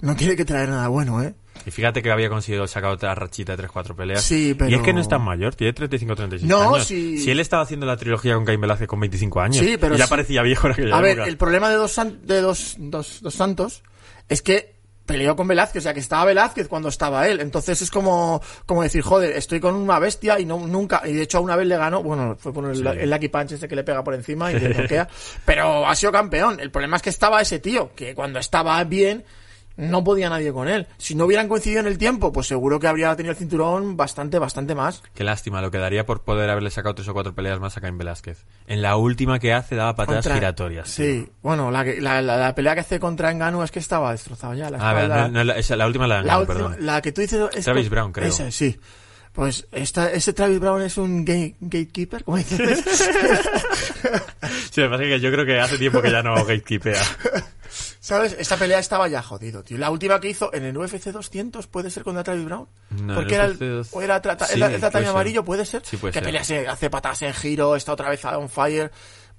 S2: no tiene que traer nada bueno, ¿eh?
S1: Y fíjate que había conseguido sacar otra rachita de 3-4 peleas.
S2: Sí, pero-
S1: Y es que no es tan mayor, tiene 35-36
S2: No,
S1: años.
S2: sí.
S1: Si él estaba haciendo la trilogía con Caín Velázquez con 25 años.
S2: Sí, pero
S1: y ya
S2: sí.
S1: parecía viejo en aquella
S2: A ver,
S1: época.
S2: el problema de dos, san- de dos, dos, dos santos es que peleó con Velázquez, o sea, que estaba Velázquez cuando estaba él. Entonces es como, como decir, joder, estoy con una bestia y no nunca. Y de hecho, a una vez le ganó, bueno, fue con el, el Lucky Punch ese que le pega por encima y le bloquea. Pero ha sido campeón. El problema es que estaba ese tío, que cuando estaba bien. No podía nadie con él. Si no hubieran coincidido en el tiempo, pues seguro que habría tenido el cinturón bastante, bastante más.
S1: Qué lástima, lo que daría por poder haberle sacado tres o cuatro peleas más a Caín Velázquez. En la última que hace daba patadas
S2: Contra-
S1: giratorias.
S2: Sí, bueno, la, que- la, la- la pelea que hace contra Engano es que estaba destrozado ya. La
S1: Ah, verdad,
S2: espalda-
S1: no, no, la, esa- la última la
S2: La,
S1: no,
S2: última-
S1: perdón.
S2: la que tú dices es
S1: Travis
S2: con-
S1: Brown, creo.
S2: Ese, sí. Pues esta, ese Travis Brown es un gay- gatekeeper, ¿cómo dices?
S1: Sí, lo que pasa es que yo creo que hace tiempo que ya no gatekeepea.
S2: ¿Sabes? Esta pelea estaba ya jodido, tío. La última que hizo en el UFC 200 puede ser contra Travis Brown.
S1: No,
S2: Porque
S1: el
S2: era
S1: UFC
S2: el,
S1: 200.
S2: o era trata-
S1: Sí,
S2: el- el
S1: puede
S2: tatami
S1: ser.
S2: amarillo, puede ser.
S1: Sí, puede
S2: que
S1: ser.
S2: pelea se- hace patadas en giro, está otra vez on fire.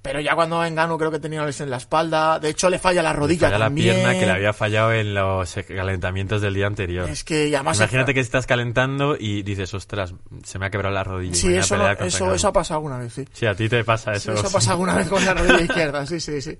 S2: Pero ya cuando Engano creo que tenía una lesión en la espalda. De hecho, le falla la rodilla
S1: Falla la
S2: también.
S1: pierna que le había fallado en los eh, calentamientos del día anterior.
S2: Es que y además. eh,
S1: Imagínate que estás calentando y dices, ostras, se me ha quebrado la rodilla.
S2: Sí,
S1: voy a
S2: eso, no-
S1: pelear contra
S2: eso,
S1: Ngannou".
S2: eso ha pasado alguna vez, sí.
S1: Sí, a ti te pasa eso.
S2: Eso, ha pasado alguna vez con la rodilla izquierda, sí, sí, sí.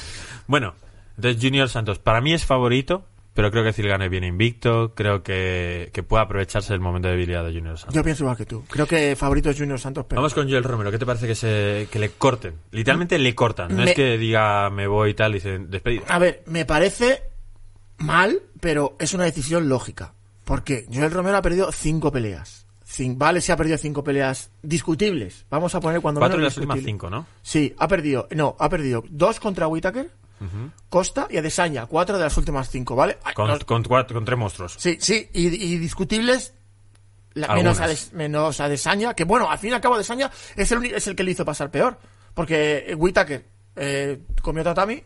S1: Bueno, entonces Junior Santos, para mí es favorito, pero creo que Cilgane viene invicto, creo que, que puede aprovecharse el momento de debilidad de Junior Santos.
S2: Yo pienso igual que tú. Creo que favorito es Junior Santos, pero.
S1: Vamos con Joel Romero, ¿qué te parece que se que le corten? Literalmente le cortan, no
S2: Me-
S1: es que diga me voy y tal, dicen despedido.
S2: A ver, me parece mal, pero es una decisión lógica. Porque Joel Romero ha perdido cinco peleas. Cin- vale, se ha perdido cinco peleas discutibles. Vamos a poner cuando
S1: Cuatro de
S2: menos
S1: las últimas
S2: discutibles.
S1: cinco, ¿no?
S2: Sí, ha perdido. No, ha perdido dos contra Whittaker, Costa y Adesanya. Cuatro de las últimas cinco, ¿vale? Ay,
S1: Con,
S2: no-
S1: con cuatro- con tres monstruos.
S2: Sí, sí, y, y discutibles. la- menos, a
S1: Algunas.
S2: Des- menos a Desaña, que bueno, al fin y al cabo Desaña es el, uni- es el que le hizo pasar peor. Porque eh, Whittaker eh, comió tatami,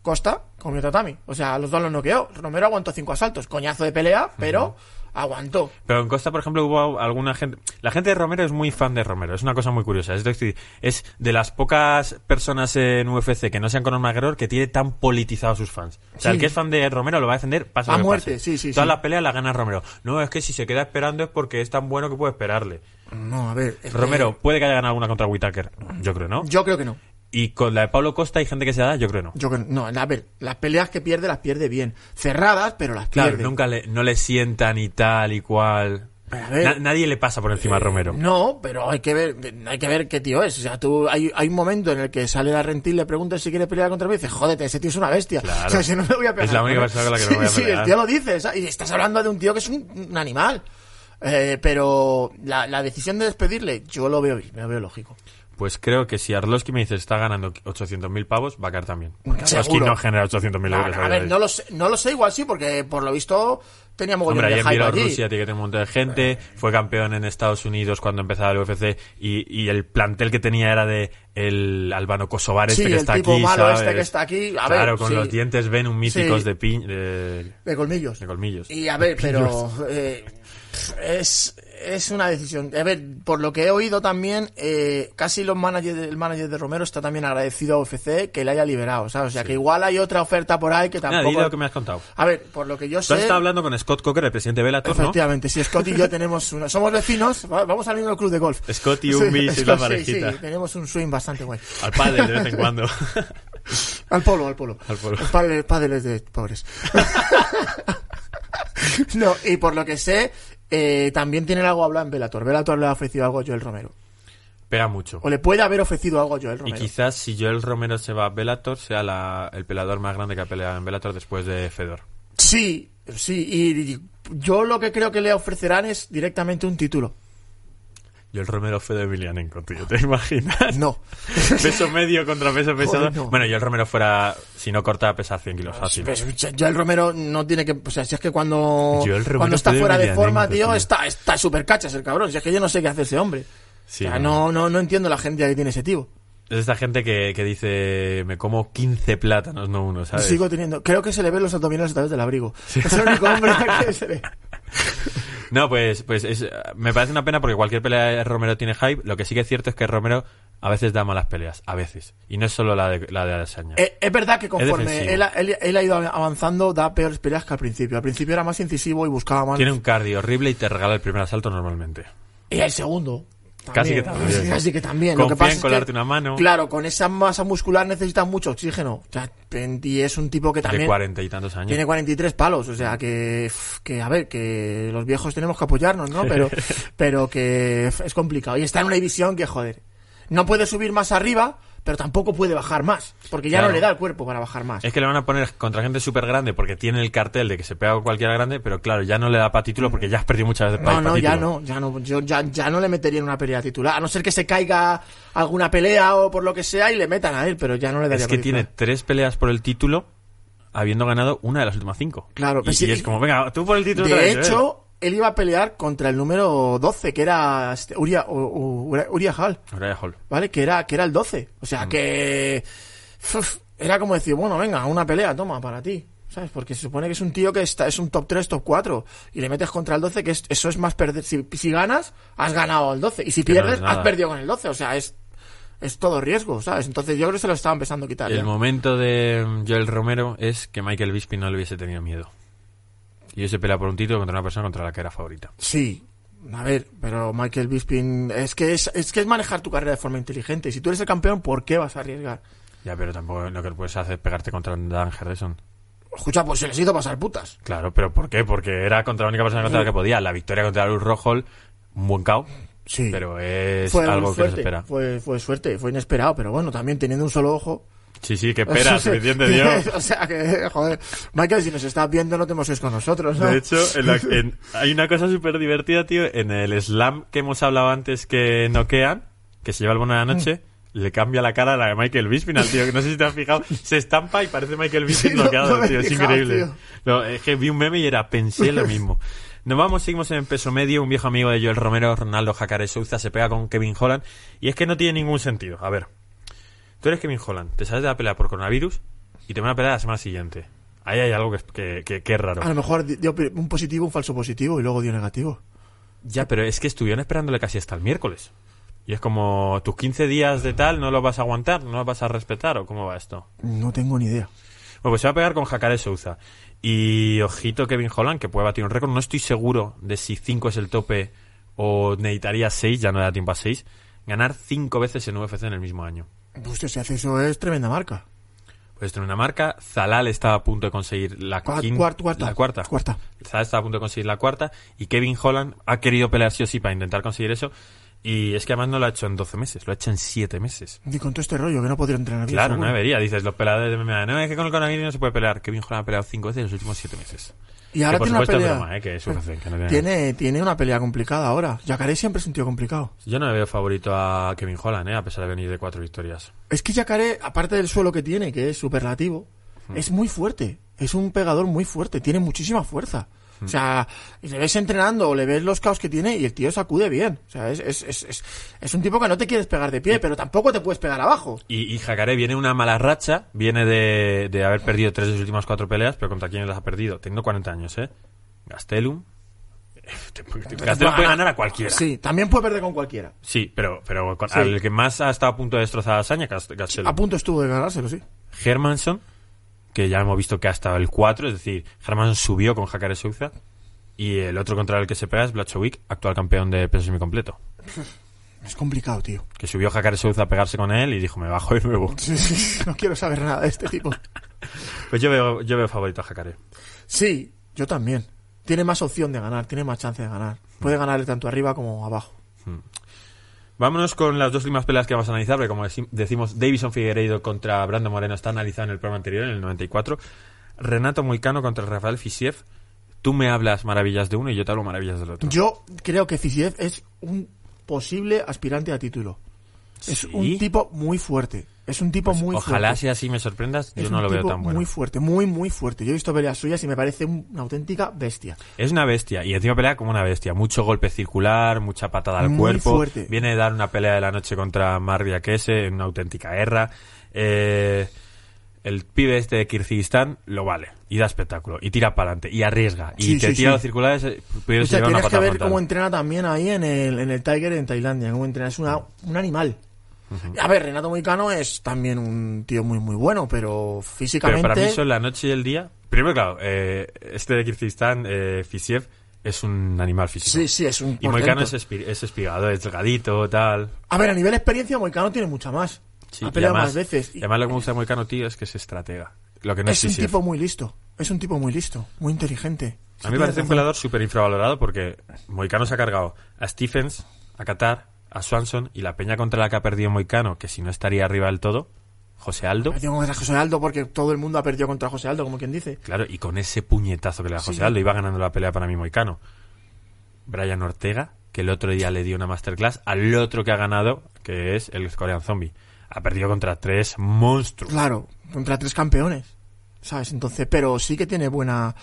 S2: Costa comió tatami. O sea, los dos los noqueó. Romero aguantó cinco asaltos. Coñazo de pelea, pero aguantó.
S1: Pero en Costa, por ejemplo, hubo alguna gente. La gente de Romero es muy fan de Romero, es una cosa muy curiosa. Es decir, es de las pocas personas en UFC que no sean Conor McGregor que tiene tan politizado a sus fans. O sea,
S2: Sí.
S1: el que es fan de Romero lo va a defender pasa
S2: A
S1: lo que
S2: muerte,
S1: pase.
S2: sí, sí,
S1: Todas
S2: sí.
S1: las peleas las gana Romero. No, es que si se queda esperando es porque es tan bueno que puede esperarle.
S2: No, a ver. es que-
S1: Romero, puede que haya ganado alguna contra Whitaker. Yo creo, ¿no?
S2: Yo creo que no.
S1: Y con la de Pablo Costa hay gente que se da, yo creo, no.
S2: Yo creo, no, a ver, las peleas que pierde las pierde bien. Cerradas, pero las
S1: Claro,
S2: pierde.
S1: nunca le, no le sientan y tal y cual.
S2: A ver. Eh,
S1: Na- nadie le pasa por encima a Romero.
S2: No, pero hay que ver, hay que ver qué tío es. O sea, tú hay, hay un momento en el que sale la rentil, le preguntas si quiere pelear contra mí y dice, jódete, ese tío es una bestia.
S1: Claro.
S2: O sea, si no me voy a pegar.
S1: Es la
S2: con
S1: única
S2: él.
S1: persona con la que no
S2: sí,
S1: voy a
S2: sí,
S1: pelear.
S2: el tío lo dice. o sea, Y estás hablando de un tío que es un, un animal. Eh, pero la, la decisión de despedirle, yo lo veo, lo veo lógico.
S1: Pues creo que si Arlovski me dice está ganando 800.000 pavos, va a caer también. Arlovski
S2: Seguro.
S1: no genera 800.000
S2: No,
S1: euros.
S2: no, a
S1: ahí,
S2: ver,
S1: ahí.
S2: no lo, sé, no lo sé, igual sí, porque por lo visto tenía mogollón
S1: Hombre, ahí
S2: de
S1: en
S2: hype allí.
S1: Bielorrusia tiene que tener un montón de gente. Fue campeón en Estados Unidos cuando empezaba el UFC. Y, y el plantel que tenía era de el albano kosovar este
S2: Sí,
S1: que
S2: el
S1: está
S2: tipo
S1: aquí.
S2: malo este
S1: ¿sabes?
S2: que está aquí, a ver,
S1: claro, con
S2: sí.
S1: los dientes Venom míticos
S2: Sí.
S1: de, pi- de-
S2: De colmillos.
S1: de colmillos.
S2: Y a ver, pero eh, es, es una decisión. A ver, por lo que he oído también, eh, casi los managers, el manager de Romero está también agradecido a UFC que le haya liberado, ¿sabes? O sea, que igual hay otra oferta por ahí que
S1: Nada,
S2: tampoco...
S1: di lo que me has contado.
S2: A ver, por lo que yo
S1: Tú has
S2: sé...
S1: estado hablando con Scott Coker, el presidente de Bellator, ¿no?
S2: Efectivamente, si Scott y yo tenemos una- somos vecinos, va- vamos al mismo club de golf.
S1: Scott y un bis y
S2: Scott,
S1: la
S2: sí,
S1: parejita.
S2: sí, tenemos un swing bastante guay.
S1: Al padre de vez en cuando.
S2: Al polo, al polo.
S1: Al polo.
S2: El padre, el padre es de pobres. no, y por lo que sé, eh, también tienen algo hablado en Velator. Velator le ha ofrecido algo a Joel Romero.
S1: Pega mucho.
S2: O le puede haber ofrecido algo a Joel
S1: Y
S2: Romero.
S1: quizás si Joel Romero se va a Bellator, sea la- el pelador más grande que ha peleado en Bellator después de Fedor.
S2: Sí, sí. Y, y yo lo que creo que le ofrecerán es directamente un título.
S1: Joel Romero Fedor Emelianenko, tío, ¿te imaginas?
S2: No.
S1: Peso medio contra peso pesado.
S2: Joder, no.
S1: Bueno, Joel Romero fuera, si no corta, pesa 100 kilos fácil.
S2: Pues, Joel Romero no tiene que. O sea, si es que cuando,
S1: Joel Romero
S2: cuando está
S1: puede
S2: fuera de
S1: medianenco,
S2: forma, tío,
S1: tío.
S2: está está súper cachas el cabrón. Si es que yo no sé qué hace ese hombre.
S1: Sí,
S2: o sea,
S1: no.
S2: no, no, no entiendo la gente que tiene ese tío.
S1: Es esta gente que, que dice, me como 15 plátanos, no uno, ¿sabes?
S2: Sigo teniendo. Creo que se le ven los abdominales a través del abrigo. Es el único hombre que se le.
S1: No, pues, pues es- me parece una pena porque cualquier pelea de Romero tiene hype. Lo que sí que es cierto es que Romero a veces da malas peleas, a veces. Y no es solo la de, la de Adesanya.
S2: Eh, es verdad que conforme
S1: defensivo.
S2: él, ha- él- él ha ido avanzando, da peores peleas que al principio. Al principio era más incisivo y buscaba más.
S1: Tiene un cardio horrible y te regala el primer asalto normalmente.
S2: Y el segundo.
S1: Casi que también.
S2: Sí, Casi que también.
S1: Confía
S2: Lo que pasa
S1: en
S2: es
S1: colarte
S2: que,
S1: una mano.
S2: Claro, con esa masa muscular necesitas mucho oxígeno. O sea, Pendi es un tipo que
S1: De
S2: también.
S1: cuarenta y tantos años.
S2: Tiene 43 palos, o sea que, f- que, a ver, que los viejos tenemos que apoyarnos, ¿no? Pero, pero que f- es complicado. Y está en una división que, joder, no puede subir más arriba, pero tampoco puede bajar más, porque ya
S1: Claro.
S2: no le da el cuerpo para bajar más.
S1: Es que le van a poner contra gente súper grande porque tiene el cartel de que se pega con cualquiera grande, pero claro, ya no le da para título porque ya has perdido muchas veces para
S2: No, no, ya no, ya no, yo ya, ya no le metería en una pelea titular, a no ser que se caiga alguna pelea o por lo que sea y le metan a él, pero ya no le daría
S1: Es que
S2: para
S1: tiene
S2: titular.
S1: tres peleas por el título, habiendo ganado una de las últimas cinco. y,
S2: Claro, pues sí.
S1: y es como, venga, tú por el título. otra
S2: De
S1: vez, ¿eh?
S2: hecho, él iba a pelear contra el número 12, que era este, Uria, U- U- Uria- Uria Hall.
S1: Uriah Hall.
S2: ¿vale? Que era, que era el 12. O
S1: Mm.
S2: sea, que. fuf, era como decir, bueno, venga, una pelea, toma, para ti. ¿Sabes? Porque se supone que es un tío que está, es un top 3, top 4. Y le metes contra el 12, que es- eso es más perder. Si, si ganas, has ganado al 12. Y si
S1: Que no es
S2: pierdes, has
S1: nada.
S2: perdido con el 12. O sea, es. Es todo riesgo, ¿sabes? Entonces yo creo que se lo estaba empezando a quitar.
S1: El
S2: ya.
S1: momento de Joel Romero es que Michael Bisping no le hubiese tenido miedo. Y hubiese peleado por un título contra una persona contra la que era favorita.
S2: Sí. A ver, pero Michael Bisping. Es que es, es que es manejar tu carrera de forma inteligente. Y si tú eres el campeón, ¿por qué vas a arriesgar?
S1: Ya, pero tampoco lo que puedes hacer es pegarte contra Dan Henderson.
S2: Escucha, pues se les hizo pasar putas.
S1: Claro, pero ¿por qué? Porque era contra la única persona contra la que podía. La victoria contra Luz Rojo, un buen KO,
S2: Sí.
S1: pero es
S2: fue
S1: algo que no se
S2: suerte,
S1: espera.
S2: Fue, fue suerte, fue inesperado, pero bueno, también teniendo un solo ojo.
S1: Sí, sí, que espera,
S2: Sí, sí.
S1: suficiente Dios.
S2: o sea que, joder, Michael, si nos estás viendo, no te emociones con nosotros, ¿no?
S1: De hecho, eh, en la- en- hay una cosa súper divertida, tío. En el slam que hemos hablado antes que noquean, que se lleva el bono de la noche,
S2: Mm.
S1: le cambia la cara a la de Michael Bisping al tío. Que no sé si te has fijado. Se estampa y parece Michael Bisping
S2: Sí, no-
S1: noqueado,
S2: no me he
S1: tío. Es
S2: fijado,
S1: increíble.
S2: tío.
S1: No, es que vi un meme y era, pensé lo mismo. Nos vamos, seguimos en peso medio. Un viejo amigo de Joel Romero, Ronaldo Jacaré Souza, se pega con Kevin Holland. Y es que no tiene ningún sentido. A ver, tú eres Kevin Holland, te sales de la pelea por coronavirus y te van a pelear la semana siguiente. Ahí hay algo que, es- que, que- que es raro.
S2: A lo mejor di- dio pri- un positivo, un falso positivo y luego dio negativo.
S1: Ya, pero es que estuvieron esperándole casi hasta el miércoles. Y es como, tus 15 días de tal no los vas a aguantar, no los vas a respetar, ¿o cómo va esto?
S2: No tengo ni idea.
S1: Bueno, pues se va a pegar con Jacaré Souza. Y ojito Kevin Holland, que puede batir un récord. No estoy seguro de si 5 es el tope o necesitaría 6, ya no le da tiempo a 6. Ganar 5 veces en UFC en el mismo año.
S2: Hostia, si hace eso es tremenda marca.
S1: Pues tiene una marca. Zalal está a punto de conseguir la,
S2: Cua-
S1: quin-
S2: cuart- cuarta.
S1: la cuarta.
S2: Cuarta.
S1: Zalal está a punto de conseguir la cuarta. Y Kevin Holland ha querido pelear sí o sí para intentar conseguir eso. Y es que además no lo ha hecho en 12 meses, lo ha hecho en 7 meses.
S2: Y con todo este rollo que no podría entrenar bien.
S1: Claro, no
S2: seguro.
S1: debería. Dices, los peladores de MMA, no, es que con el coronavirus no se puede pelear. Kevin Holland ha peleado 5 veces en los últimos 7 meses.
S2: Y
S1: que
S2: ahora
S1: por
S2: tiene una
S1: supuesto
S2: pelea.
S1: es broma, ¿eh? que es UFC, que no tiene-
S2: Tiene, tiene una pelea complicada ahora. Yacaré siempre es un tío complicado.
S1: Yo no le veo favorito a Kevin Holland, ¿eh? a pesar de venir de cuatro victorias.
S2: Es que Yacaré, aparte del suelo que tiene, que es superlativo,
S1: Hmm.
S2: es muy fuerte. Es un pegador muy fuerte. Tiene muchísima fuerza. O sea,
S1: Hmm.
S2: le ves entrenando, le ves los caos que tiene y el tío sacude bien. O sea, es, es, es, es, es un tipo que no te quieres pegar de pie, pero tampoco te puedes pegar abajo.
S1: Y, y Jacaré viene una mala racha, viene de, de haber perdido tres de sus últimas cuatro peleas, pero ¿contra quién las ha perdido? Teniendo 40 años, ¿eh? Gastelum. Gastelum puede ganar a cualquiera. Sí,
S2: Sí, también puede perder con cualquiera.
S1: pero, pero con- al que más ha estado a punto de destrozar a Saña, Gastelum.
S2: A punto estuvo de ganárselo, sí.
S1: Hermanson, que ya hemos visto que ha estado el 4, es decir, Hermanson subió con Jacaré Souza. Y el otro contra el que se pega es Blachowicz, actual campeón de peso semicompleto.
S2: Es complicado, tío.
S1: Que subió Jacaré Souza a pegarse con él y dijo, me bajo de nuevo.
S2: Sí, sí, sí, no quiero saber nada de este tipo.
S1: Pues yo veo, yo veo favorito a Jacaré.
S2: Sí, yo también. Tiene más opción de ganar, tiene más chance de ganar. Puede ganarle tanto arriba como abajo.
S1: Vámonos con las dos últimas peleas que vamos a analizar, porque como decim- decimos, Davison Figueiredo contra Brando Moreno está analizado en el programa anterior, en el 94. Renato Moicano contra Rafael Fisiev. Tú me hablas maravillas de uno y yo te hablo maravillas del otro.
S2: Yo creo que Fisiev es un posible aspirante a título. Es
S1: Sí. Pues
S2: un tipo muy fuerte. Es un tipo muy
S1: Ojalá
S2: fuerte.
S1: sea así me sorprendas,
S2: Es
S1: yo
S2: un
S1: no lo veo
S2: tipo
S1: tan bueno.
S2: Muy fuerte, muy, muy fuerte. Yo he visto peleas suyas y me parece un- una auténtica bestia.
S1: Es una bestia, y encima pelea como una bestia. Mucho golpe circular, mucha patada al
S2: Muy
S1: cuerpo.
S2: fuerte.
S1: Viene de dar una pelea de la noche contra Marvia Kese en una auténtica guerra. Eh, el pibe este de Kirguistán lo vale. Y da espectáculo. Y tira para adelante. Y arriesga. Y
S2: Sí,
S1: te
S2: sí,
S1: tira
S2: sí.
S1: los circulares. eh, pudiera
S2: O sea,
S1: llevar una
S2: tienes que
S1: patada
S2: ver
S1: frontal.
S2: cómo entrena también ahí en el, en el Tiger en Tailandia. Cómo entrena. Es una- un animal. A ver, Renato Moicano es también un tío muy, muy bueno, pero
S1: Pero
S2: físicamente.
S1: para mí son la noche y el día. Primero, claro, eh, este de Kirguistán, eh, Fisiev, es un animal físico.
S2: Sí, sí, es un.
S1: Y Moicano
S2: portento.
S1: es, espi- es espigado, es delgadito, tal.
S2: A ver, a nivel de experiencia, Moicano tiene mucha más.
S1: Sí,
S2: ha
S1: y
S2: peleado
S1: además-
S2: más veces.
S1: y además lo que me gusta de Moicano, tío, es que es estratega. Lo que no es,
S2: es un
S1: Fisiev.
S2: tipo muy listo. Es un tipo muy listo, muy inteligente.
S1: A mí me parece un pelador súper infravalorado porque Moicano se ha cargado a Stephens, a Qatar, a Swanson y la peña contra la que ha perdido Moicano, que si no estaría arriba del todo, José Aldo.
S2: Perdió contra José Aldo porque todo el mundo ha perdido contra José Aldo, como quien dice.
S1: Claro, y con ese puñetazo que le da José
S2: Sí.
S1: Aldo iba ganando la pelea para mí Moicano. Brian Ortega, que el otro día le dio una masterclass al otro que ha ganado, que es el Korean Zombie. Ha perdido contra tres monstruos.
S2: Claro, contra tres campeones. ¿Sabes? Entonces, pero sí que tiene buena.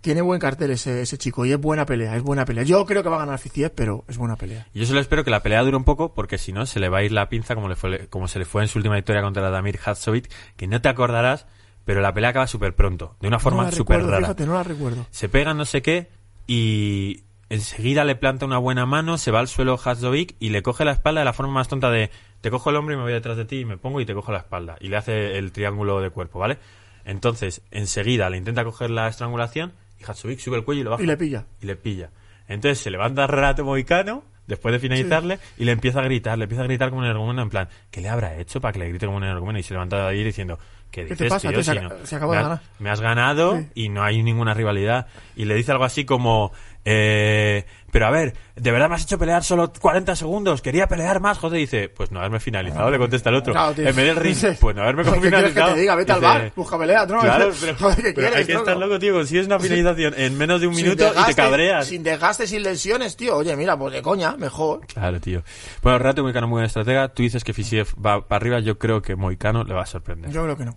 S2: Tiene buen cartel ese, ese chico y es buena pelea, es buena pelea. Yo creo que va a ganar Ficiev, pero es buena pelea.
S1: Y Yo solo espero que la pelea dure un poco, porque si no, se le va a ir la pinza como, le fue, como se le fue en su última victoria contra Damir Hatzovic, que no te acordarás, pero la pelea acaba súper pronto, de una forma
S2: no la
S1: súper
S2: recuerdo,
S1: rara.
S2: fíjate, no la recuerdo.
S1: Se pega no sé qué y enseguida le planta una buena mano, se va al suelo Hatzovic y le coge la espalda de la forma más tonta de te cojo el hombro y me voy detrás de ti y me pongo y te cojo la espalda. Y le hace el triángulo de cuerpo, ¿vale? Entonces, enseguida le intenta coger la estrangulación y Hatzovic sube el cuello y lo baja
S2: Y le pilla.
S1: y le pilla. Entonces se levanta Renato Moicano después de finalizarle y le empieza a gritar, le empieza a gritar como un energúmeno en plan, ¿qué le habrá hecho para que le grite como un energúmeno? Y se levanta de ahí diciendo, ¿qué
S2: te
S1: dices,
S2: pasa,
S1: tío?
S2: tío? Se
S1: Si
S2: ac-
S1: no-
S2: se acaba
S1: me
S2: de
S1: has-
S2: ganar".
S1: Me has ganado
S2: Sí.
S1: y no hay ninguna rivalidad. Y le dice algo así como, eh, pero a ver, ¿de verdad me has hecho pelear solo 40 segundos? Quería pelear más, joder. Y dice, pues no haberme finalizado, le contesta el otro.
S2: Claro, tío.
S1: en vez del ring,
S2: Dices,
S1: pues no haberme
S2: ¿qué quieres que te
S1: finalizado.
S2: diga? Vete al
S1: Dice,
S2: bar, busca peleas, ¿no?
S1: Claro, pero,
S2: Joder, ¿qué
S1: pero hay
S2: quieres,
S1: que estar
S2: loco?
S1: loco, tío. Consigues una finalización en menos de un minuto y te cabreas.
S2: Sin desgaste, sin lesiones, tío. Oye, mira, pues de coña, mejor.
S1: Claro, tío. Bueno, Rato Moicano muy buena estratega. Tú dices que Fisiev va para arriba. Yo creo que Moicano le va a sorprender.
S2: Yo creo que no.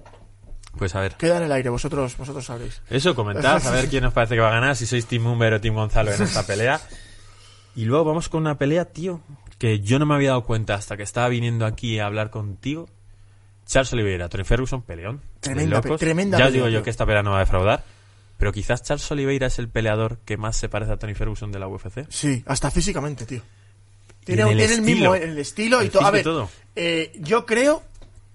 S1: Pues a ver.
S2: Queda en el aire, vosotros, vosotros sabréis.
S1: Eso, comentad, a ver quién os parece que va a ganar. Si sois Team Humber o Team Gonzalo en esta pelea. Y luego vamos con una pelea, tío, que yo no me había dado cuenta hasta que estaba viniendo aquí a hablar contigo. Charles Oliveira, Tony Ferguson, peleón.
S2: Tremenda
S1: De locos.
S2: pe- tremenda
S1: Ya os
S2: pelea,
S1: digo yo
S2: tío.
S1: que esta pelea no va a defraudar. Pero quizás Charles Oliveira es el peleador que más se parece a Tony Ferguson de la UFC.
S2: Sí, hasta físicamente, tío. Tiene,
S1: en el
S2: tiene el, mismo
S1: estilo.
S2: el estilo y
S1: El
S2: todo. A
S1: físico y
S2: ver,
S1: todo.
S2: eh, yo creo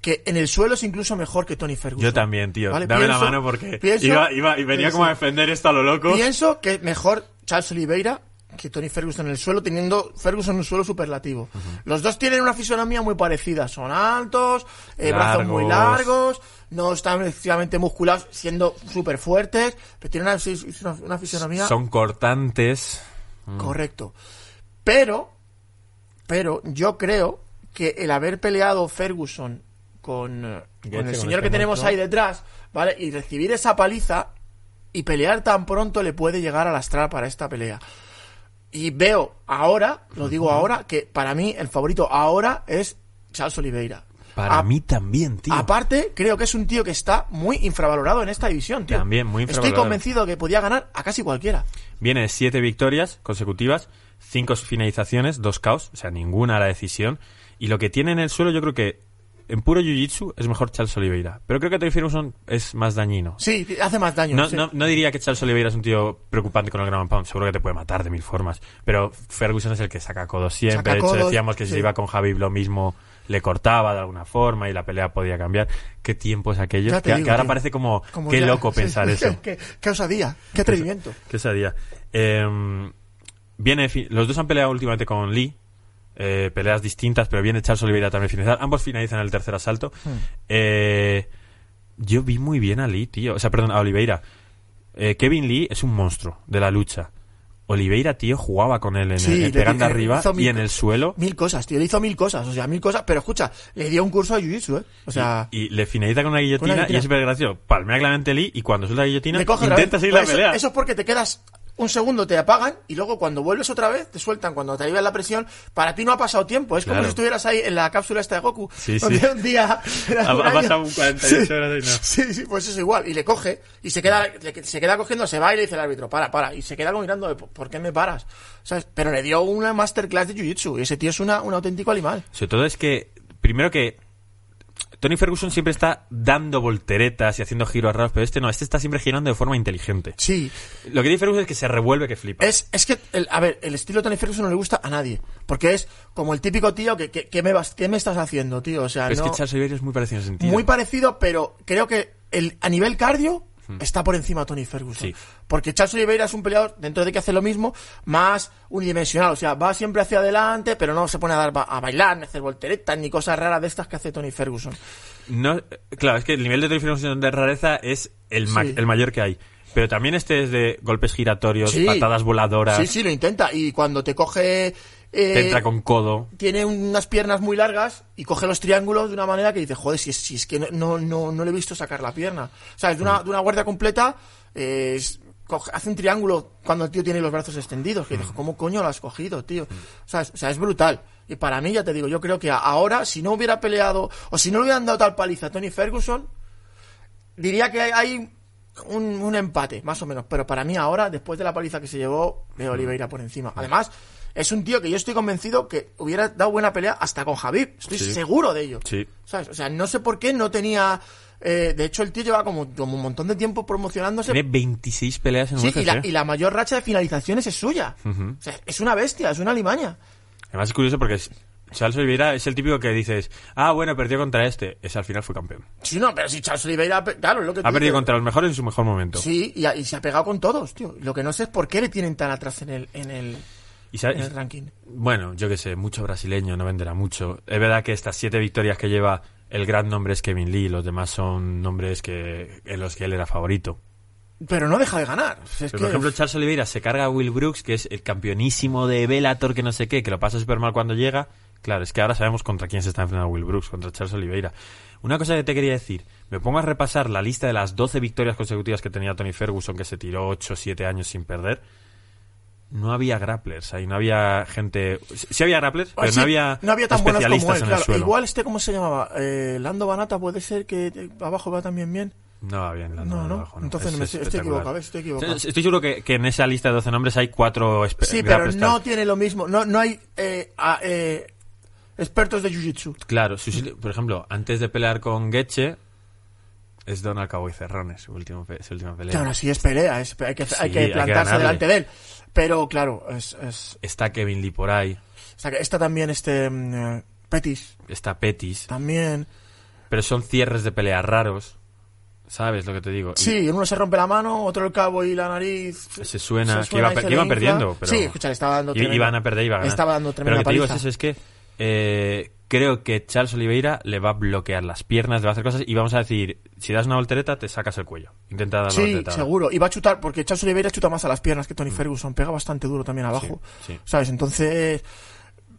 S2: que en el suelo es incluso mejor que Tony Ferguson.
S1: Yo también, tío.
S2: Vale,
S1: Dame la
S2: pienso-
S1: mano porque
S2: pienso-
S1: iba, iba- y venía
S2: pienso-
S1: como a defender esto a lo loco.
S2: Pienso que es mejor Charles Oliveira que Tony Ferguson en el suelo, teniendo Ferguson en un suelo superlativo. Los dos tienen una fisonomía muy parecida. Son altos, eh, brazos muy
S1: Largos.
S2: largos, no están excesivamente musculados, siendo súper fuertes, pero tienen una, fis- una- una fisonomía
S1: Son cortantes.
S2: correcto. Pero, pero yo creo que el haber peleado Ferguson con, eh, con
S1: Gaethje,
S2: el
S1: con
S2: señor
S1: este
S2: que tenemos
S1: monstruo.
S2: ahí detrás, ¿vale? Y recibir esa paliza y pelear tan pronto le puede llegar a lastrar para esta pelea. Y veo ahora, lo digo ahora, que para mí el favorito ahora es Charles Oliveira.
S1: Para
S2: A-
S1: mí también, tío.
S2: Aparte, creo que es un tío que está muy infravalorado en esta división, tío.
S1: También, muy
S2: Estoy
S1: infravalorado.
S2: convencido que podía ganar a casi cualquiera.
S1: Viene de siete victorias consecutivas, cinco finalizaciones, dos caos, o sea, ninguna a la decisión. Y lo que tiene en el suelo, yo creo que en puro jiu-jitsu es mejor Charles Oliveira. Pero creo que Tony Ferguson es más dañino.
S2: Sí, hace más daño.
S1: No,
S2: sí.
S1: no- no diría que Charles Oliveira es un tío preocupante con el ground and pound. Seguro que te puede matar de mil formas. Pero Ferguson es el que saca codos siempre.
S2: Saca
S1: de hecho,
S2: codos,
S1: decíamos que si
S2: sí.
S1: iba con Javib lo mismo le cortaba de alguna forma y la pelea podía cambiar. ¿Qué tiempo es aquello?
S2: Ya
S1: Que,
S2: te digo,
S1: que ahora
S2: tío.
S1: parece como,
S2: Como
S1: qué
S2: ya-
S1: loco
S2: sí,
S1: pensar
S2: sí,
S1: eso.
S2: Qué, qué osadía, qué atrevimiento.
S1: Qué osadía. Eh, viene, fi- los dos han peleado últimamente con Lee. eh, peleas distintas, pero viene Charles Oliveira también a finalizar. Ambos finalizan el tercer asalto.
S2: Hmm.
S1: Eh, yo vi muy bien a Lee, tío. O sea, perdón, a Oliveira. Eh, Kevin Lee es un monstruo de la lucha. Oliveira, tío, jugaba con él en
S2: Sí,
S1: el-
S2: le-
S1: pegando
S2: eh,
S1: arriba
S2: hizo
S1: y
S2: mil-
S1: en el suelo.
S2: Mil cosas, tío. Le hizo mil cosas, o sea, mil cosas. Pero escucha, le dio un curso de jiu-jitsu, ¿eh? O sea,
S1: Y le finaliza con una guillotina, y
S2: guillotina.
S1: es súper gracioso. Palmea claramente Lee y cuando suelta la guillotina
S2: le coge otra
S1: intenta
S2: vez. Pues
S1: seguir la
S2: Eso-
S1: pelea.
S2: Eso es porque te quedas un segundo, te apagan y luego cuando vuelves otra vez te sueltan. Cuando te alivia la presión, para ti no ha pasado tiempo. Es como
S1: Claro.
S2: si estuvieras ahí en la cápsula esta de Goku.
S1: Sí,
S2: donde
S1: sí.
S2: un día.
S1: Ha- ha pasado un 48
S2: Sí.
S1: horas y no.
S2: Sí, sí, pues es igual. Y le coge, y se queda, le- se queda cogiendo, se va y le dice el árbitro, para, para. Y se queda como mirando, de, ¿por qué me paras? ¿Sabes? Pero le dio una masterclass de jiu-jitsu. Y ese tío es una, un auténtico animal.
S1: Sobre todo es que, primero que Tony Ferguson siempre está dando volteretas y haciendo giros raros, pero este no, este está siempre girando de forma inteligente.
S2: Sí.
S1: Lo que dice Ferguson es que se revuelve que flipa.
S2: Es, es que, el- a ver, el estilo de Tony Ferguson no le gusta a nadie. Porque es como el típico tío que, que, que me, vas, ¿qué me estás haciendo, tío? O sea,
S1: Pero es
S2: no-
S1: que Charles Oliveira es muy parecido en ese sentido.
S2: muy parecido, pero creo que el, a nivel cardio está por encima Tony Ferguson.
S1: Hmm. Sí.
S2: Porque Charles Oliveira es un peleador, dentro de que hace lo mismo, más unidimensional. O sea, va siempre hacia adelante, pero no se pone a, dar, ba- a bailar, ni a hacer volteretas, ni cosas raras de estas que hace Tony Ferguson.
S1: No- claro, es que el nivel de Tony Ferguson de rareza es el, ma-
S2: Sí.
S1: el mayor que hay. Pero también este es de golpes giratorios,
S2: Sí.
S1: patadas voladoras,
S2: Sí, sí, lo intenta. Y cuando te coge... eh,
S1: te entra con codo.
S2: tiene unas piernas muy largas y coge los triángulos de una manera que dice, joder, si es, si es que no, no, no, no le he visto sacar la pierna. O sea, de una, de una guardia completa eh, es- coge- hace un triángulo cuando el tío tiene los brazos extendidos. Que dice, ¿cómo coño lo has cogido, tío? O sea, es, o sea, es brutal. Y para mí, ya te digo, yo creo que a- ahora, si no hubiera peleado o si no le hubieran dado tal paliza a Tony Ferguson, diría que hay- hay un, un empate, más o menos. Pero para mí ahora, después de la paliza que se llevó, veo a Oliveira por encima. Además, es un tío que yo estoy convencido que hubiera dado buena pelea hasta con Javib. Estoy
S1: Sí.
S2: seguro de ello.
S1: Sí.
S2: ¿Sabes? O sea, no sé por qué no tenía... eh, de hecho, el tío lleva como, como un montón de tiempo promocionándose.
S1: Tiene 26 peleas en
S2: Sí,
S1: UFC. ¿eh?
S2: y la, y la mayor racha de finalizaciones es suya. O sea, es una bestia, es una limaña.
S1: Además es curioso porque es- Charles Oliveira es el típico que dices, ah, bueno, perdió contra este. Ese al final fue campeón.
S2: Sí, no, pero si Charles Oliveira... ha pe- Claro, es lo que tú
S1: Ha perdido
S2: dices.
S1: contra los mejores en su mejor momento.
S2: Sí, y, ha- y se ha pegado con todos, tío. Lo que no sé es por qué le tienen tan atrás en el, en el,
S1: Y sabe-
S2: en el ranking.
S1: Bueno, yo qué sé, mucho brasileño no venderá mucho. Es verdad que estas siete victorias que lleva, el gran nombre es Kevin Lee, los demás son nombres que en los que él era favorito.
S2: Pero no deja de ganar. O sea,
S1: Pero,
S2: es que-
S1: por ejemplo, Charles Oliveira se carga a Will Brooks, que es el campeonísimo de Bellator, que no sé qué, que lo pasa súper mal cuando llega. Claro, es que ahora sabemos contra quién se está enfrentando Will Brooks, contra Charles Oliveira. Una cosa que te quería decir, me pongo a repasar la lista de las 12 victorias consecutivas que tenía Tony Ferguson, que se tiró 8 o 7 años sin perder. No había grapplers ahí, no había gente... Sí había grapplers, pero
S2: Ah, sí,
S1: no había,
S2: tan buenos
S1: especialistas
S2: como él.
S1: en
S2: claro.
S1: el suelo.
S2: Igual este, ¿cómo se llamaba? Eh, Lando Banata, puede ser que eh, abajo va también bien.
S1: No, bien, la-
S2: No, no.
S1: abajo,
S2: Entonces
S1: Es
S2: me estoy- estoy
S1: espectacular.
S2: equivocado, estoy equivocado.
S1: Estoy seguro que, que en esa lista de 12 nombres hay 4
S2: Sí, pero no tiene lo mismo. No, no hay eh, a- eh, Expertos de Jiu-Jitsu.
S1: Claro, Susil- por ejemplo, antes de pelear con Getche, es Donald Cowboy Cerrone su, último pe- su última pelea.
S2: Que ahora sí es pelea, es pe- hay, que,
S1: Sí,
S2: hay que
S1: hay que
S2: plantarse
S1: ganarle.
S2: delante de él. Pero claro, es, es-
S1: Está Kevin Lee por ahí,
S2: o sea, que está también este mm, eh, Petis,
S1: está Pettis,
S2: también.
S1: pero son cierres de pelea raros. ¿Sabes lo que te digo? Y
S2: Sí, uno se rompe la mano, otro el cabo y la nariz.
S1: Se suena, que iba
S2: y
S1: pe-
S2: se
S1: que
S2: le
S1: iban
S2: infla.
S1: perdiendo, pero-
S2: Sí, escucha, le estaba dando.
S1: i-
S2: tremenda-
S1: iban a perder, iba a ganar.
S2: Estaba dando
S1: Pero
S2: tremenda
S1: lo que te digo es
S2: paliza.
S1: eso, es que eh, creo que Charles Oliveira le va a bloquear las piernas, le va a hacer cosas y vamos a decir, si das una voltereta, te sacas el cuello. Intenta dar la
S2: Sí,
S1: voltereta.
S2: seguro. Y va a chutar, porque Charles Oliveira chuta más a las piernas que Tony Ferguson. Pega bastante duro también abajo.
S1: Mm. sí.
S2: ¿Sabes? Entonces,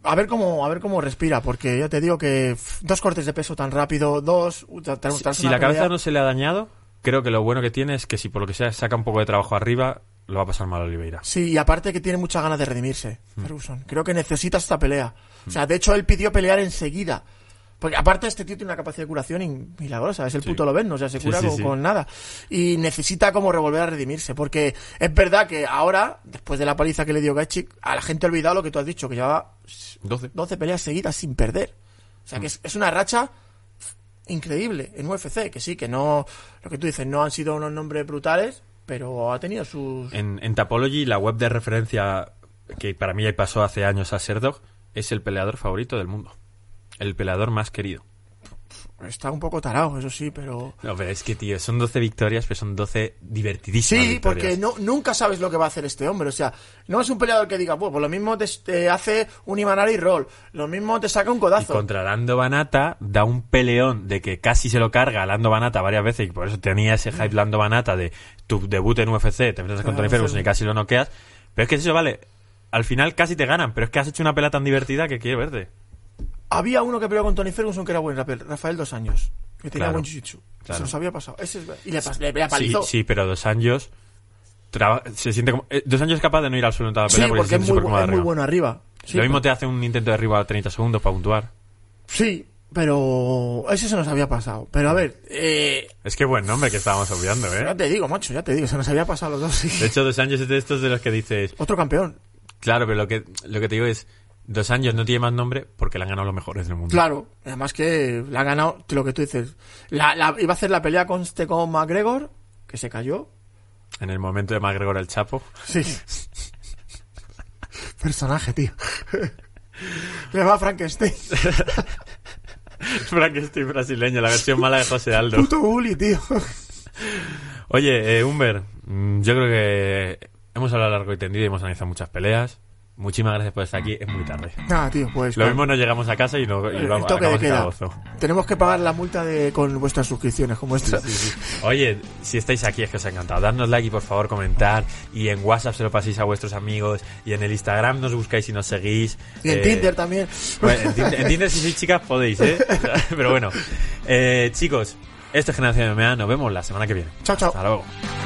S2: a ver cómo, a ver cómo respira, porque ya te digo que pff, dos cortes de peso tan rápido, dos. uh, tra- tra-
S1: Si,
S2: tras
S1: si
S2: una
S1: la cabeza
S2: pelea-
S1: no se le ha dañado, creo que lo bueno que tiene es que si por lo que sea saca un poco de trabajo arriba, lo va a pasar mal Oliveira.
S2: Sí, y aparte que tiene muchas ganas de redimirse,
S1: Hmm.
S2: Ferguson. Creo que necesita esta pelea. O sea, de hecho, él pidió pelear enseguida. Porque aparte este tío tiene una capacidad de curación in- milagrosa, es el
S1: Sí.
S2: puto Loberno, o sea, se
S1: Sí,
S2: cura
S1: sí,
S2: con,
S1: sí.
S2: con nada. Y necesita como revolver a redimirse, porque es verdad que ahora, después de la paliza que le dio Gaethje, a la gente ha olvidado lo que tú has dicho, que llevaba
S1: 12.
S2: 12 peleas seguidas sin perder. O sea, que
S1: Hmm.
S2: es, es una racha increíble en UFC, que sí, que no, lo que tú dices, no han sido unos nombres brutales, pero ha tenido sus...
S1: En, en Tapology, la web de referencia que para mí ya pasó hace años a Serdog, es el peleador favorito del mundo. El peleador más querido.
S2: Está un poco tarado, eso sí, pero...
S1: No, pero es que, tío, son 12 victorias, pero son 12 divertidísimas.
S2: Sí,
S1: victorias.
S2: porque no, nunca sabes lo que va a hacer este hombre. O sea, no es un peleador que diga, pues, pues lo mismo te, te hace un Imanari roll, lo mismo te saca un
S1: Y
S2: codazo.
S1: contra Lando Banata da un peleón de que casi se lo carga a Lando Banata varias veces y por eso tenía ese hype Lando Banata de tu debut en UFC, te enfrentas
S2: Mm. Claro,
S1: con Tony Ferguson
S2: sí.
S1: y casi lo noqueas. Pero es que eso vale. Al final casi te ganan, pero es que has hecho una pelea tan divertida que quiero verte.
S2: Había uno que peleó con Tony Ferguson que era buen rapper, Rafael Dos Años, que tenía
S1: Claro,
S2: buen jiu-jitsu.
S1: claro.
S2: Se nos había pasado. Ese es- y le, pas- le-
S1: Sí,
S2: le apalizó.
S1: sí, pero Dos Años traba- se siente como eh, Dos Años es capaz de no ir al suelo en toda la
S2: Sí,
S1: pelea porque, se
S2: porque es
S1: siente
S2: muy,
S1: súper
S2: bu-
S1: cómodo
S2: es muy
S1: arriba.
S2: bueno arriba. Sí,
S1: lo mismo te hace un intento de arriba a 30 segundos para puntuar.
S2: Sí, pero ese se nos había pasado. Pero a ver, eh,
S1: Es que buen nombre que estábamos obviando,
S2: ya
S1: ¿eh?
S2: te digo, macho, ya te digo, se nos había pasado los dos. sí.
S1: De hecho, Dos Años es de estos de los que dices,
S2: Otro campeón.
S1: Claro, pero lo que, lo que te digo es, Dos años no tiene más nombre porque le han ganado los mejores del mundo.
S2: Claro, además que la ha ganado lo que tú dices. La, la- iba a hacer la pelea con este con McGregor, que se cayó.
S1: En el momento de McGregor el Chapo.
S2: Sí. Personaje, tío. Le va Frankenstein.
S1: Frankenstein brasileño, la versión mala de José Aldo.
S2: Puto bully, tío.
S1: Oye, eh, Humber, mm, yo creo que hemos hablado largo y tendido y hemos analizado muchas peleas. Muchísimas gracias por estar aquí, es muy tarde.
S2: Nada, tío, pues.
S1: Lo
S2: con-
S1: mismo no llegamos a casa y, no, y
S2: el
S1: vamos,
S2: toque de
S1: acabamos en
S2: queda.
S1: agosto.
S2: Tenemos que pagar la multa de, con vuestras suscripciones, como este. esta.
S1: Oye, si estáis aquí es que os ha encantado. Dadnos like y por favor comentar. Y en WhatsApp se lo paséis a vuestros amigos. Y en el Instagram nos buscáis y nos seguís.
S2: Y en
S1: Eh,
S2: Tinder también.
S1: Bueno, en Tinder- en Tinder si sois chicas podéis, ¿eh? Pero bueno. Eh, chicos, esto es Generación MMA. Nos vemos la semana que viene.
S2: Chao, chao.
S1: Hasta luego.